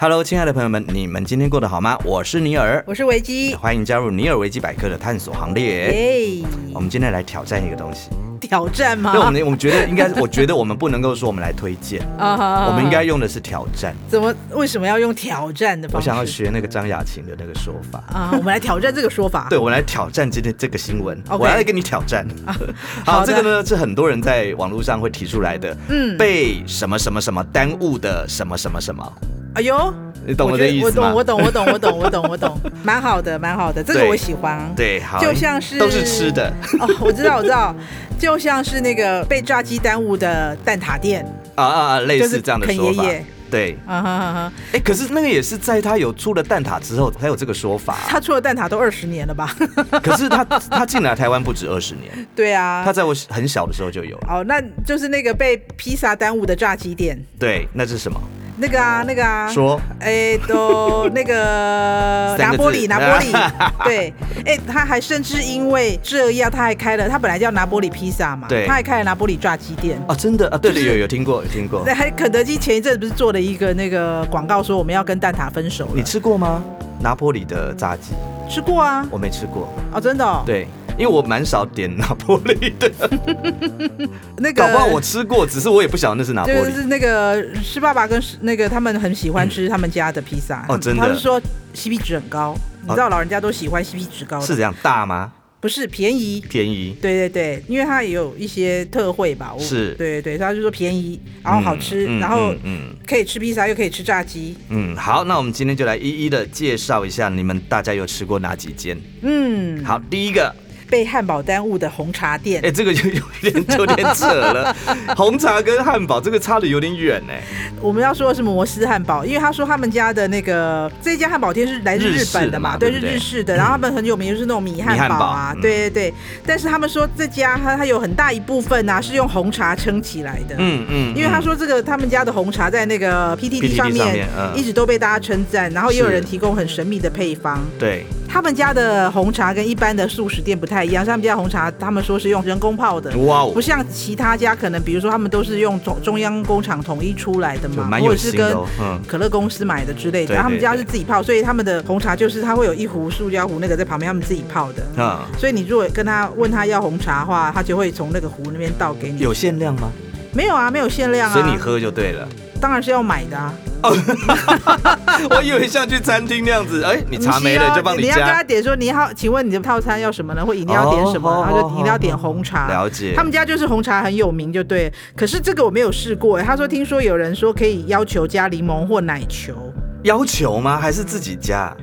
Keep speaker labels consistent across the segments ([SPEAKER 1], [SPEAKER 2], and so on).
[SPEAKER 1] Hello，亲爱的朋友们，你们今天过得好吗？我是尼尔，
[SPEAKER 2] 我是维基，
[SPEAKER 1] 欢迎加入尼尔维基百科的探索行列。
[SPEAKER 2] 耶，
[SPEAKER 1] 我们今天来挑战一个东西，
[SPEAKER 2] 挑战吗？
[SPEAKER 1] 对，我们我们觉得应该， 我觉得我们不能够说我们来推荐，
[SPEAKER 2] 啊哈哈
[SPEAKER 1] 我们应该用的是挑战。
[SPEAKER 2] 怎么？为什么要用挑战的
[SPEAKER 1] 我
[SPEAKER 2] 方式？
[SPEAKER 1] 想要学那个张雅琴的那个说法。
[SPEAKER 2] 啊，我们来挑战这个说法。
[SPEAKER 1] 对，我来挑战今天这个新闻
[SPEAKER 2] OK 啊
[SPEAKER 1] 我要来跟你挑战。好，
[SPEAKER 2] 好的
[SPEAKER 1] 这个呢是很多人在网络上会提出来的，嗯，被什么什么什么耽误的什么什么什么，
[SPEAKER 2] 哎呦，
[SPEAKER 1] 你懂我的
[SPEAKER 2] 觉得
[SPEAKER 1] 意思吗？
[SPEAKER 2] 我懂，我懂，我懂，我懂，我懂，我懂， 蛮好的，蛮好的，这个
[SPEAKER 1] 对
[SPEAKER 2] 我喜欢。
[SPEAKER 1] 对，好，
[SPEAKER 2] 就像是
[SPEAKER 1] 都是吃的
[SPEAKER 2] 哦，我知道，我知道，就像是那个被炸鸡耽误的蛋挞店，
[SPEAKER 1] 啊啊啊，类
[SPEAKER 2] 就是
[SPEAKER 1] 似这样的
[SPEAKER 2] 啃
[SPEAKER 1] 说
[SPEAKER 2] 爷
[SPEAKER 1] 法。
[SPEAKER 2] 爷
[SPEAKER 1] 对，
[SPEAKER 2] 啊哈哈哈，
[SPEAKER 1] 哎，可是那个也是在他有出了蛋挞之后才有这个说 法啊、
[SPEAKER 2] 他出了蛋挞都二十年了吧？
[SPEAKER 1] 可是他他进来台湾不止二十年，
[SPEAKER 2] 对啊
[SPEAKER 1] 他，在我很小的时候就有了。
[SPEAKER 2] 哦，那就是那个被披萨耽误的炸鸡店，
[SPEAKER 1] 对，那是什么？
[SPEAKER 2] 那个啊，那个啊，
[SPEAKER 1] 说
[SPEAKER 2] 哎，都那个
[SPEAKER 1] 三
[SPEAKER 2] 拿
[SPEAKER 1] 个字
[SPEAKER 2] 玻里，拿玻里， 对，哎，他还甚至因为这样，他还开了，他本来叫拿玻里披萨嘛，
[SPEAKER 1] 对
[SPEAKER 2] 他还开了拿玻里炸鸡店。
[SPEAKER 1] 啊，真的啊，对对，
[SPEAKER 2] 就是
[SPEAKER 1] 有有听过有听过
[SPEAKER 2] 那。还肯德基前一阵不是做了一个那个广告，说我们要跟蛋挞分手
[SPEAKER 1] 你
[SPEAKER 2] 了？
[SPEAKER 1] 吃过吗？拿坡里的炸鸡，
[SPEAKER 2] 吃过啊？
[SPEAKER 1] 我没吃过。
[SPEAKER 2] 哦，真的、哦？，
[SPEAKER 1] 对，因为我蛮少点拿坡里的，
[SPEAKER 2] 那个
[SPEAKER 1] 搞不好我吃过，只是我也不晓得那是拿
[SPEAKER 2] 就
[SPEAKER 1] 坡里。
[SPEAKER 2] 是那个是爸爸跟是那个他们很喜欢吃他们家的披萨，他们
[SPEAKER 1] 哦真的哦
[SPEAKER 2] 他是说 CP 值很高，你知道老人家都喜欢 CP 值高的，
[SPEAKER 1] 是这样大吗？
[SPEAKER 2] 不是便宜？
[SPEAKER 1] 便宜？
[SPEAKER 2] 对对对，因为它也有一些特惠吧，我
[SPEAKER 1] 是
[SPEAKER 2] 对对对，他就说便宜，然后好吃，
[SPEAKER 1] 嗯
[SPEAKER 2] 然后
[SPEAKER 1] 嗯嗯
[SPEAKER 2] 可以吃披萨又可以吃炸鸡，
[SPEAKER 1] 嗯，好，那我们今天就来一一的介绍一下，你们大家有吃过哪几间？
[SPEAKER 2] 嗯，
[SPEAKER 1] 好，第一个，
[SPEAKER 2] 被汉堡耽误的红茶店
[SPEAKER 1] 哎、，这个就有点有点扯了，红茶跟汉堡这个差的有点远哎、
[SPEAKER 2] 我们要说的是摩斯汉堡，因为他说他们家的那个这家汉堡店是来自
[SPEAKER 1] 日
[SPEAKER 2] 日
[SPEAKER 1] 式
[SPEAKER 2] 本
[SPEAKER 1] 的
[SPEAKER 2] 的
[SPEAKER 1] 嘛
[SPEAKER 2] 嘛，
[SPEAKER 1] 对不
[SPEAKER 2] 是
[SPEAKER 1] 对嗯
[SPEAKER 2] 日式的，然后他们很有名就是那种米汉堡啊，
[SPEAKER 1] 米汉堡嗯
[SPEAKER 2] 对对对，但是他们说这家它它有很大一部分啊是用红茶撑起来的，
[SPEAKER 1] 嗯嗯，
[SPEAKER 2] 因为他
[SPEAKER 1] 嗯
[SPEAKER 2] 说这个他们家的红茶在那个
[SPEAKER 1] PTT
[SPEAKER 2] PTT 上
[SPEAKER 1] 上
[SPEAKER 2] 面
[SPEAKER 1] 面嗯
[SPEAKER 2] 一直都被大家称赞，然后也有
[SPEAKER 1] 是
[SPEAKER 2] 人提供很神秘的配方。
[SPEAKER 1] 对，
[SPEAKER 2] 他们家的红茶跟一般的素食店不太一样，像他们家的红茶，他们说是用人工泡的，
[SPEAKER 1] 哇哦
[SPEAKER 2] 不，像其他家可能，比如说他们都是用中中央工厂统一出来的
[SPEAKER 1] 就
[SPEAKER 2] 嘛，
[SPEAKER 1] 蛮
[SPEAKER 2] 或
[SPEAKER 1] 有
[SPEAKER 2] 者是
[SPEAKER 1] 心的
[SPEAKER 2] 跟
[SPEAKER 1] 哦，嗯。
[SPEAKER 2] 可乐公司买的之类
[SPEAKER 1] 对
[SPEAKER 2] 的，然后他们
[SPEAKER 1] 对
[SPEAKER 2] 家
[SPEAKER 1] 对
[SPEAKER 2] 是自己泡，所以他们的红茶就是它会有一壶塑胶壶那个在旁边，他们自己泡的。
[SPEAKER 1] 啊，
[SPEAKER 2] 所以你如果跟他问他要红茶的话，他就会从那个壶那边倒给你。
[SPEAKER 1] 有限量吗？
[SPEAKER 2] 没有啊？没有限量啊。
[SPEAKER 1] 所以你喝就对 了。
[SPEAKER 2] 当然是要买的啊。
[SPEAKER 1] 我以为像去餐厅那样子，哎，你茶
[SPEAKER 2] 不
[SPEAKER 1] 没
[SPEAKER 2] 嗯需要
[SPEAKER 1] 了就帮
[SPEAKER 2] 你要跟
[SPEAKER 1] 加
[SPEAKER 2] 他。点说你要，请问你的套餐要什么呢？或饮料点什么？
[SPEAKER 1] 哦
[SPEAKER 2] 然后就饮料点红茶。
[SPEAKER 1] 了解
[SPEAKER 2] 他。们家就是红茶很有名，就对。可是这个我没有试过、欸他说听说有人说可以要求加柠檬或奶球，
[SPEAKER 1] 要求吗？还是自己加？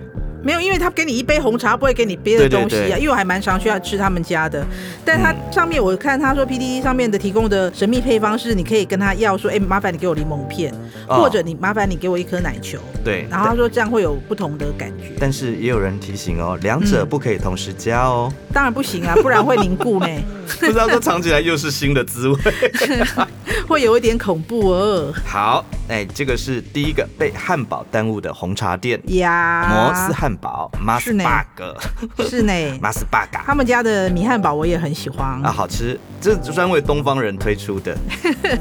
[SPEAKER 2] 没有，因为他给你一杯红茶，不会给你别的
[SPEAKER 1] 对对
[SPEAKER 2] 东西啊。
[SPEAKER 1] 对嗯
[SPEAKER 2] 因为我还蛮常去吃他们家的，但他上面我看他说 P D D 上面的提供的神秘配方是，你可以跟他要说，哎、麻烦你给我柠檬片，
[SPEAKER 1] 哦
[SPEAKER 2] 或者你麻烦你给我一颗奶球。
[SPEAKER 1] 对。
[SPEAKER 2] 然后他
[SPEAKER 1] 但
[SPEAKER 2] 说这样会有不同的感觉，
[SPEAKER 1] 但是也有人提醒哦，两
[SPEAKER 2] 嗯
[SPEAKER 1] 者不可以同时加哦。
[SPEAKER 2] 当然不行啊，不然会凝固呢，
[SPEAKER 1] 不知道说尝起来又是新的滋味。
[SPEAKER 2] 会有一点恐怖哦
[SPEAKER 1] 好，哎，这个是第一个被汉堡耽误的红茶店，摩斯
[SPEAKER 2] 呀。
[SPEAKER 1] 汉堡 m a s
[SPEAKER 2] 啊是呢
[SPEAKER 1] b a g m
[SPEAKER 2] 是 呢，
[SPEAKER 1] a s b a g
[SPEAKER 2] 他们家的米汉堡我也很喜欢。
[SPEAKER 1] 啊啊，好吃，这是专为东方人推出 的。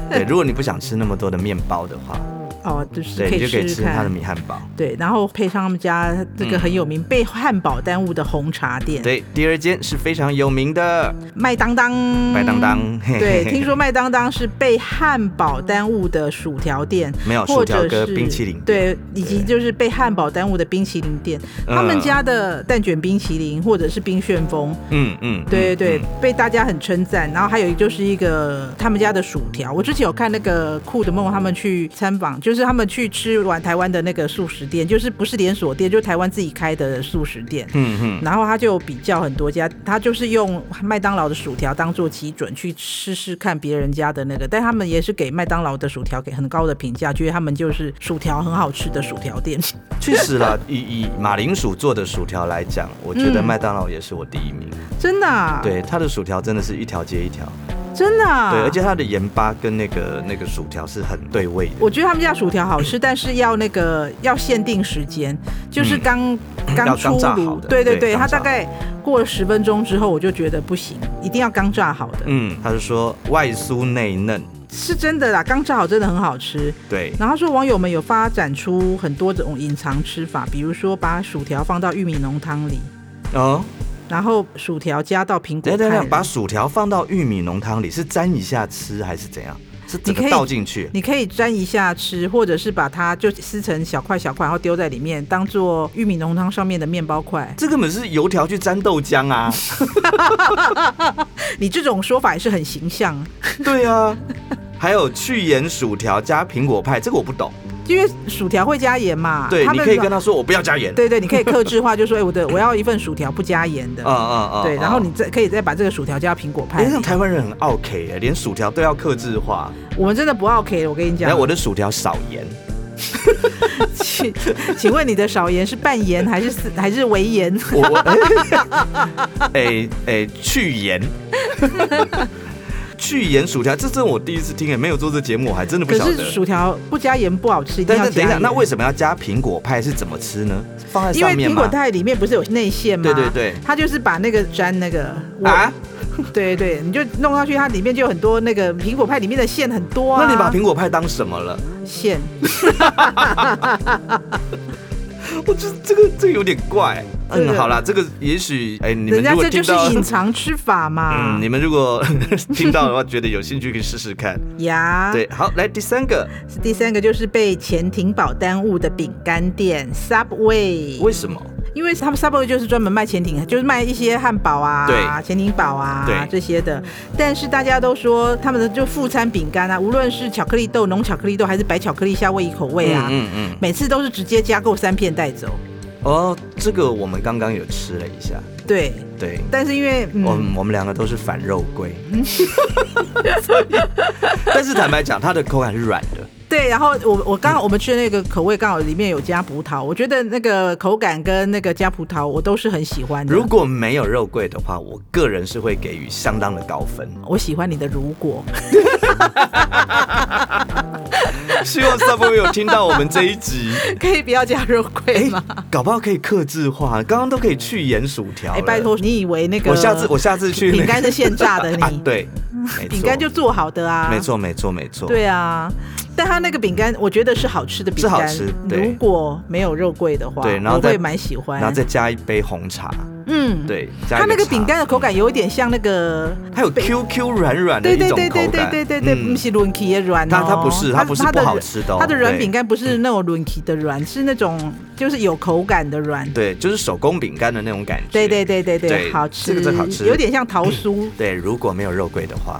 [SPEAKER 1] 对，如果你不想吃那么多的面包的话，
[SPEAKER 2] 哦，就是
[SPEAKER 1] 对，
[SPEAKER 2] 可
[SPEAKER 1] 你
[SPEAKER 2] 以
[SPEAKER 1] 就可
[SPEAKER 2] 试
[SPEAKER 1] 以吃
[SPEAKER 2] 试
[SPEAKER 1] 它的
[SPEAKER 2] 看。
[SPEAKER 1] 米汉堡。
[SPEAKER 2] 对，然后配上他们家这个很有名、被汉堡耽误的红茶店，
[SPEAKER 1] 对，第二间是非常有名的
[SPEAKER 2] 麦当当。
[SPEAKER 1] 麦当当。嘿嘿
[SPEAKER 2] 对，
[SPEAKER 1] 嘿
[SPEAKER 2] 听说麦当当是被汉堡耽误的薯条店，
[SPEAKER 1] 没有
[SPEAKER 2] 或
[SPEAKER 1] 薯条
[SPEAKER 2] 者
[SPEAKER 1] 跟
[SPEAKER 2] 是
[SPEAKER 1] 冰淇淋
[SPEAKER 2] 对，以及就是被汉堡耽误的冰淇淋店。
[SPEAKER 1] 嗯
[SPEAKER 2] 他们家的蛋卷冰淇淋或者是冰旋风，
[SPEAKER 1] 嗯嗯，
[SPEAKER 2] 对对
[SPEAKER 1] 嗯
[SPEAKER 2] 对，被大家很称赞。然后还有就是一个他们家的薯条，我之前有看那个酷的梦他们去参访，就是他们去吃完台湾的那个素食店，就是不是连锁店，就是台湾自己开的素食店。
[SPEAKER 1] 嗯嗯
[SPEAKER 2] 然后他就比较很多家，他就是用麦当劳的薯条当做基准去试试看别人家的那个，但他们也是给麦当劳的薯条给很高的评价，觉得他们就是薯条很好吃的薯条店。
[SPEAKER 1] 嗯，确实啦， 以以马铃薯做的薯条来讲，我觉得
[SPEAKER 2] 嗯
[SPEAKER 1] 麦当劳也是我第一名。
[SPEAKER 2] 真的、啊？，
[SPEAKER 1] 对，它的薯条真的是一条接一条，
[SPEAKER 2] 真的、啊。
[SPEAKER 1] 对，而且它的盐巴跟那个那个薯条是很对味的。
[SPEAKER 2] 我觉得他们家薯条好吃，但是要那个要限定时间，就是刚
[SPEAKER 1] 嗯要
[SPEAKER 2] 刚
[SPEAKER 1] 刚
[SPEAKER 2] 出
[SPEAKER 1] 炸好
[SPEAKER 2] 炉
[SPEAKER 1] 的，
[SPEAKER 2] 对对
[SPEAKER 1] 对
[SPEAKER 2] 对，
[SPEAKER 1] 刚
[SPEAKER 2] 它
[SPEAKER 1] 炸
[SPEAKER 2] 大概过了十
[SPEAKER 1] 嗯
[SPEAKER 2] 分钟之后，我就觉得不行，一定要刚炸好的。
[SPEAKER 1] 嗯，他是说外酥内嫩，
[SPEAKER 2] 是真的啦，刚炸好真的很好吃。
[SPEAKER 1] 对，
[SPEAKER 2] 然后说网友们有发展出很多种隐藏吃法，比如说把薯条放到玉米浓汤里，
[SPEAKER 1] 哦，
[SPEAKER 2] 然后薯条加到苹
[SPEAKER 1] 等
[SPEAKER 2] 果
[SPEAKER 1] 一下等一
[SPEAKER 2] 派
[SPEAKER 1] 下，
[SPEAKER 2] 里，
[SPEAKER 1] 把薯条放到玉米浓汤里，是沾一下吃还是怎样？是整
[SPEAKER 2] 你可
[SPEAKER 1] 个
[SPEAKER 2] 以
[SPEAKER 1] 倒进去？
[SPEAKER 2] 你可以沾一下吃，或者是把它就撕成小块小块，然后丢在里面，当做玉米浓汤上面的面包块。
[SPEAKER 1] 这根本是油条去沾豆浆 啊！
[SPEAKER 2] 你这种说法也是很形象，
[SPEAKER 1] 对啊，还有去盐薯条加苹果派，这个我不懂。
[SPEAKER 2] 因为薯条会加盐嘛，
[SPEAKER 1] 对，
[SPEAKER 2] 啊他
[SPEAKER 1] 你
[SPEAKER 2] 们
[SPEAKER 1] 可以跟他说我不要加盐。
[SPEAKER 2] 对对，你可以克制化，就说哎、我的我要一份薯条不加盐的，
[SPEAKER 1] 啊啊啊！
[SPEAKER 2] 对，
[SPEAKER 1] 啊
[SPEAKER 2] 然后你，再可以再把这个薯条加到苹果
[SPEAKER 1] 哎，
[SPEAKER 2] 派里
[SPEAKER 1] 让台湾人很 OK 哎，连薯条都要克制化。
[SPEAKER 2] 我们真的不 OK，我跟你
[SPEAKER 1] 然
[SPEAKER 2] 讲
[SPEAKER 1] 后。我的薯条少盐，
[SPEAKER 2] 请请问你的少盐是半盐还是四还是微盐？
[SPEAKER 1] 我我哎哎去 盐，去盐薯条，这真我第一次听哎，没有做这节目我还真的不
[SPEAKER 2] 可
[SPEAKER 1] 晓
[SPEAKER 2] 是
[SPEAKER 1] 得。
[SPEAKER 2] 薯条不加盐不好吃，一定
[SPEAKER 1] 但
[SPEAKER 2] 要
[SPEAKER 1] 是
[SPEAKER 2] 加
[SPEAKER 1] 等一下，
[SPEAKER 2] 盐。
[SPEAKER 1] 那为什么要加苹果派？是怎么吃呢？放在
[SPEAKER 2] 因为
[SPEAKER 1] 上面
[SPEAKER 2] 苹果
[SPEAKER 1] 吗？
[SPEAKER 2] 派里面不是有内馅吗？
[SPEAKER 1] 对对对
[SPEAKER 2] 它就是把那个粘那个
[SPEAKER 1] 啊，，
[SPEAKER 2] 我对对对，你就弄上去，它里面就有很多那个苹果派里面的馅很多啊。
[SPEAKER 1] 那你把苹果派当什么了？
[SPEAKER 2] 馅
[SPEAKER 1] 我觉得这个这个有点怪。
[SPEAKER 2] 这个
[SPEAKER 1] 嗯，好啦，这个也许哎，你们
[SPEAKER 2] 人家
[SPEAKER 1] 如果
[SPEAKER 2] 这
[SPEAKER 1] 听
[SPEAKER 2] 就是
[SPEAKER 1] 到，
[SPEAKER 2] 隐藏啊吃法嘛
[SPEAKER 1] 嗯，。你们如果 听到的话，觉得有兴趣可以试试看。
[SPEAKER 2] 呀，
[SPEAKER 1] 对，好，来第三个，
[SPEAKER 2] 第三个就是被潜艇堡耽误的饼干店 Subway。
[SPEAKER 1] 为什么？
[SPEAKER 2] 因为他们 Subway 就是专门卖潜艇，就是卖一些汉堡啊、
[SPEAKER 1] 对
[SPEAKER 2] 潜艇堡啊
[SPEAKER 1] 对
[SPEAKER 2] 这些的。但是大家都说他们的就副餐饼干啊，无论是巧克力豆、浓巧克力豆还是白巧克力夏威夷口味啊，
[SPEAKER 1] 嗯嗯
[SPEAKER 2] 每次都是直接加购三片带走。
[SPEAKER 1] 嗯，哦，这个我们刚刚有吃了一下，
[SPEAKER 2] 对，
[SPEAKER 1] 对。
[SPEAKER 2] 但是因为
[SPEAKER 1] 我
[SPEAKER 2] 嗯，
[SPEAKER 1] 们我们两个都是反肉桂， 但是坦白讲，它的口感是软的，
[SPEAKER 2] 对，然后我我刚好我们吃的那个口味刚好里面有加葡萄，我觉得那个口感跟那个加葡萄我都是很喜欢的。
[SPEAKER 1] 如果没有肉桂的话，我个人是会给予相当的高分。哦
[SPEAKER 2] 我喜欢你的如果，
[SPEAKER 1] 希望 Subway 有听到我们这一 集，
[SPEAKER 2] 可以不要加肉桂吗？
[SPEAKER 1] 搞不好可以克制化，刚刚都可以去盐薯条
[SPEAKER 2] 哎、
[SPEAKER 1] 了
[SPEAKER 2] 拜，托，你以为那个
[SPEAKER 1] 我下次我下次去那
[SPEAKER 2] 饼
[SPEAKER 1] 个
[SPEAKER 2] 干是现榨 的你，
[SPEAKER 1] 啊，对，没错
[SPEAKER 2] 饼干就做好的啊，
[SPEAKER 1] 没，错没错没错，
[SPEAKER 2] 对啊。但它那个饼干，我觉得是好吃的饼干。
[SPEAKER 1] 是好吃对
[SPEAKER 2] 如果没有肉桂的话，
[SPEAKER 1] 对然后
[SPEAKER 2] 我
[SPEAKER 1] 再
[SPEAKER 2] 会蛮喜欢。
[SPEAKER 1] 然后再加一杯红茶，
[SPEAKER 2] 嗯，，
[SPEAKER 1] 对，加一
[SPEAKER 2] 它那个
[SPEAKER 1] 茶
[SPEAKER 2] 饼干的口感有一点像那个，
[SPEAKER 1] 它有 QQ 软软的
[SPEAKER 2] 对
[SPEAKER 1] 一
[SPEAKER 2] 对
[SPEAKER 1] 种
[SPEAKER 2] 对
[SPEAKER 1] 口
[SPEAKER 2] 对对
[SPEAKER 1] 感，
[SPEAKER 2] 对对对，不
[SPEAKER 1] 嗯
[SPEAKER 2] 是轮皮的软哦，
[SPEAKER 1] 它它不是它不是
[SPEAKER 2] 它的
[SPEAKER 1] 不好吃的哦
[SPEAKER 2] 它的软
[SPEAKER 1] 对
[SPEAKER 2] 饼干不是那种轮皮的软，是那种就是有口感的软。
[SPEAKER 1] 对，就是手工饼干的那种感觉，
[SPEAKER 2] 对对对对
[SPEAKER 1] 对
[SPEAKER 2] 好吃，
[SPEAKER 1] 这个真好吃。
[SPEAKER 2] 有点像桃酥
[SPEAKER 1] 对，如果没有肉桂的话，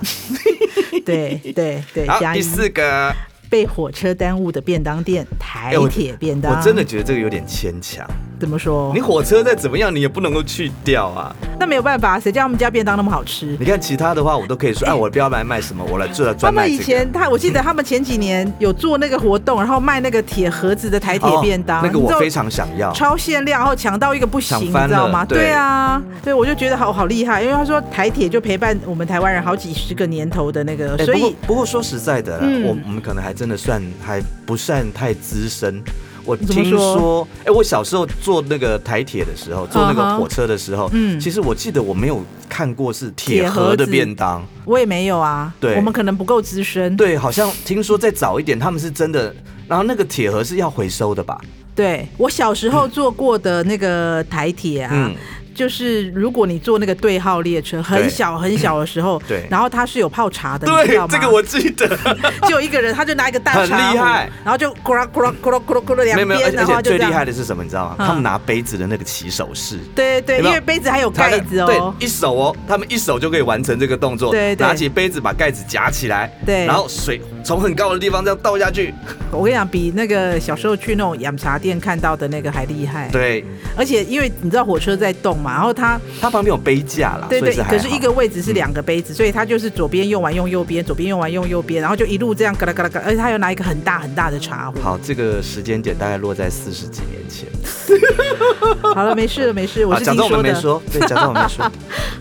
[SPEAKER 2] 对对对，
[SPEAKER 1] 好，
[SPEAKER 2] 加
[SPEAKER 1] 第
[SPEAKER 2] 一
[SPEAKER 1] 四个，
[SPEAKER 2] 被火车耽误的便当店台
[SPEAKER 1] 哎我
[SPEAKER 2] 铁便当，
[SPEAKER 1] 我真的觉得这个有点牵强，
[SPEAKER 2] 怎么说
[SPEAKER 1] 你？火车再怎么样，你也不能够去掉啊。
[SPEAKER 2] 那没有办法，谁叫他们家便当那么好吃？
[SPEAKER 1] 你看其他的话，我都可以说，哎，我不要来卖什么，我来做
[SPEAKER 2] 他
[SPEAKER 1] 专卖
[SPEAKER 2] 们以
[SPEAKER 1] 这个
[SPEAKER 2] 前。他，我记得他们前几年有做那个活动，然后卖那个铁盒子的台铁便当，
[SPEAKER 1] 哦那个
[SPEAKER 2] 你知
[SPEAKER 1] 我
[SPEAKER 2] 道
[SPEAKER 1] 非常想要，
[SPEAKER 2] 超限量，然后抢到一个不行，
[SPEAKER 1] 抢
[SPEAKER 2] 你
[SPEAKER 1] 翻
[SPEAKER 2] 知道
[SPEAKER 1] 了
[SPEAKER 2] 吗？
[SPEAKER 1] 对
[SPEAKER 2] 对啊，对我就觉得好好厉害，因为他说台铁就陪伴我们台湾人好几十个年头的那个，
[SPEAKER 1] 哎
[SPEAKER 2] 所
[SPEAKER 1] 不过
[SPEAKER 2] 以
[SPEAKER 1] 不过说实在的啦，
[SPEAKER 2] 嗯
[SPEAKER 1] 我我们可能还真的算还不算太资深。我
[SPEAKER 2] 怎么
[SPEAKER 1] 听
[SPEAKER 2] 说
[SPEAKER 1] 说，哎、我小时候坐那个台铁的时候，坐那
[SPEAKER 2] 嗯
[SPEAKER 1] 个
[SPEAKER 2] 哼
[SPEAKER 1] 火车的时候，
[SPEAKER 2] 嗯
[SPEAKER 1] 其实我记得我没有看过是铁
[SPEAKER 2] 铁盒
[SPEAKER 1] 盒的
[SPEAKER 2] 子
[SPEAKER 1] 便当，
[SPEAKER 2] 我也没有啊，
[SPEAKER 1] 对
[SPEAKER 2] 我们可能不够资深，
[SPEAKER 1] 对，好像听说再早一点，他们是真的，然后那个铁盒是要回收的吧？
[SPEAKER 2] 对我小时候坐过的那个台铁啊，
[SPEAKER 1] 嗯
[SPEAKER 2] 就是如果你坐那个对号列车，很
[SPEAKER 1] 对
[SPEAKER 2] 小很小的时候，
[SPEAKER 1] 对
[SPEAKER 2] 然后它是有泡茶的，你知
[SPEAKER 1] 对
[SPEAKER 2] 道，吗
[SPEAKER 1] 这个我记得。
[SPEAKER 2] 就有一个人，他就拿一个大
[SPEAKER 1] 很
[SPEAKER 2] 茶
[SPEAKER 1] 厉
[SPEAKER 2] 壶
[SPEAKER 1] 害，
[SPEAKER 2] 然后就咕噜咕噜咕噜咕噜咕噜两
[SPEAKER 1] 没有没有，而
[SPEAKER 2] 边，
[SPEAKER 1] 且
[SPEAKER 2] 然
[SPEAKER 1] 而且
[SPEAKER 2] 后就
[SPEAKER 1] 最
[SPEAKER 2] 这
[SPEAKER 1] 厉
[SPEAKER 2] 样
[SPEAKER 1] 害的是什么？你知道吗？
[SPEAKER 2] 嗯
[SPEAKER 1] 他们拿杯子的那个起手式。
[SPEAKER 2] 对对
[SPEAKER 1] 有
[SPEAKER 2] 对，
[SPEAKER 1] 没有
[SPEAKER 2] 因为杯子还有
[SPEAKER 1] 他的
[SPEAKER 2] 盖子哦，
[SPEAKER 1] 对，一手哦，他们一手就可以完成这个动作。
[SPEAKER 2] 对对
[SPEAKER 1] 拿起杯子把盖子夹起来，
[SPEAKER 2] 对
[SPEAKER 1] 然后水从很高的地方这样倒下 去。
[SPEAKER 2] 我跟你讲，比那个小时候去那种饮茶店看到的那个还厉害。
[SPEAKER 1] 对，
[SPEAKER 2] 而且因为你知道火车在动嘛，然后它
[SPEAKER 1] 它旁边有杯架啦，
[SPEAKER 2] 对
[SPEAKER 1] 所以
[SPEAKER 2] 对，
[SPEAKER 1] 是还
[SPEAKER 2] 可是
[SPEAKER 1] 好
[SPEAKER 2] 一个位置是两个杯子，所以它就是左边用完用右边，左边用完用右边，然后就一路这样嘎啦嘎啦嘎啦，而且他又拿一个很大很大的茶壶。
[SPEAKER 1] 好，这个时间点大概落在四十几年前。
[SPEAKER 2] 好了，没事了，没事，我
[SPEAKER 1] 啊，
[SPEAKER 2] 是听
[SPEAKER 1] 假装我
[SPEAKER 2] 说
[SPEAKER 1] 们没
[SPEAKER 2] 的。
[SPEAKER 1] 说， 对，假装我们没说。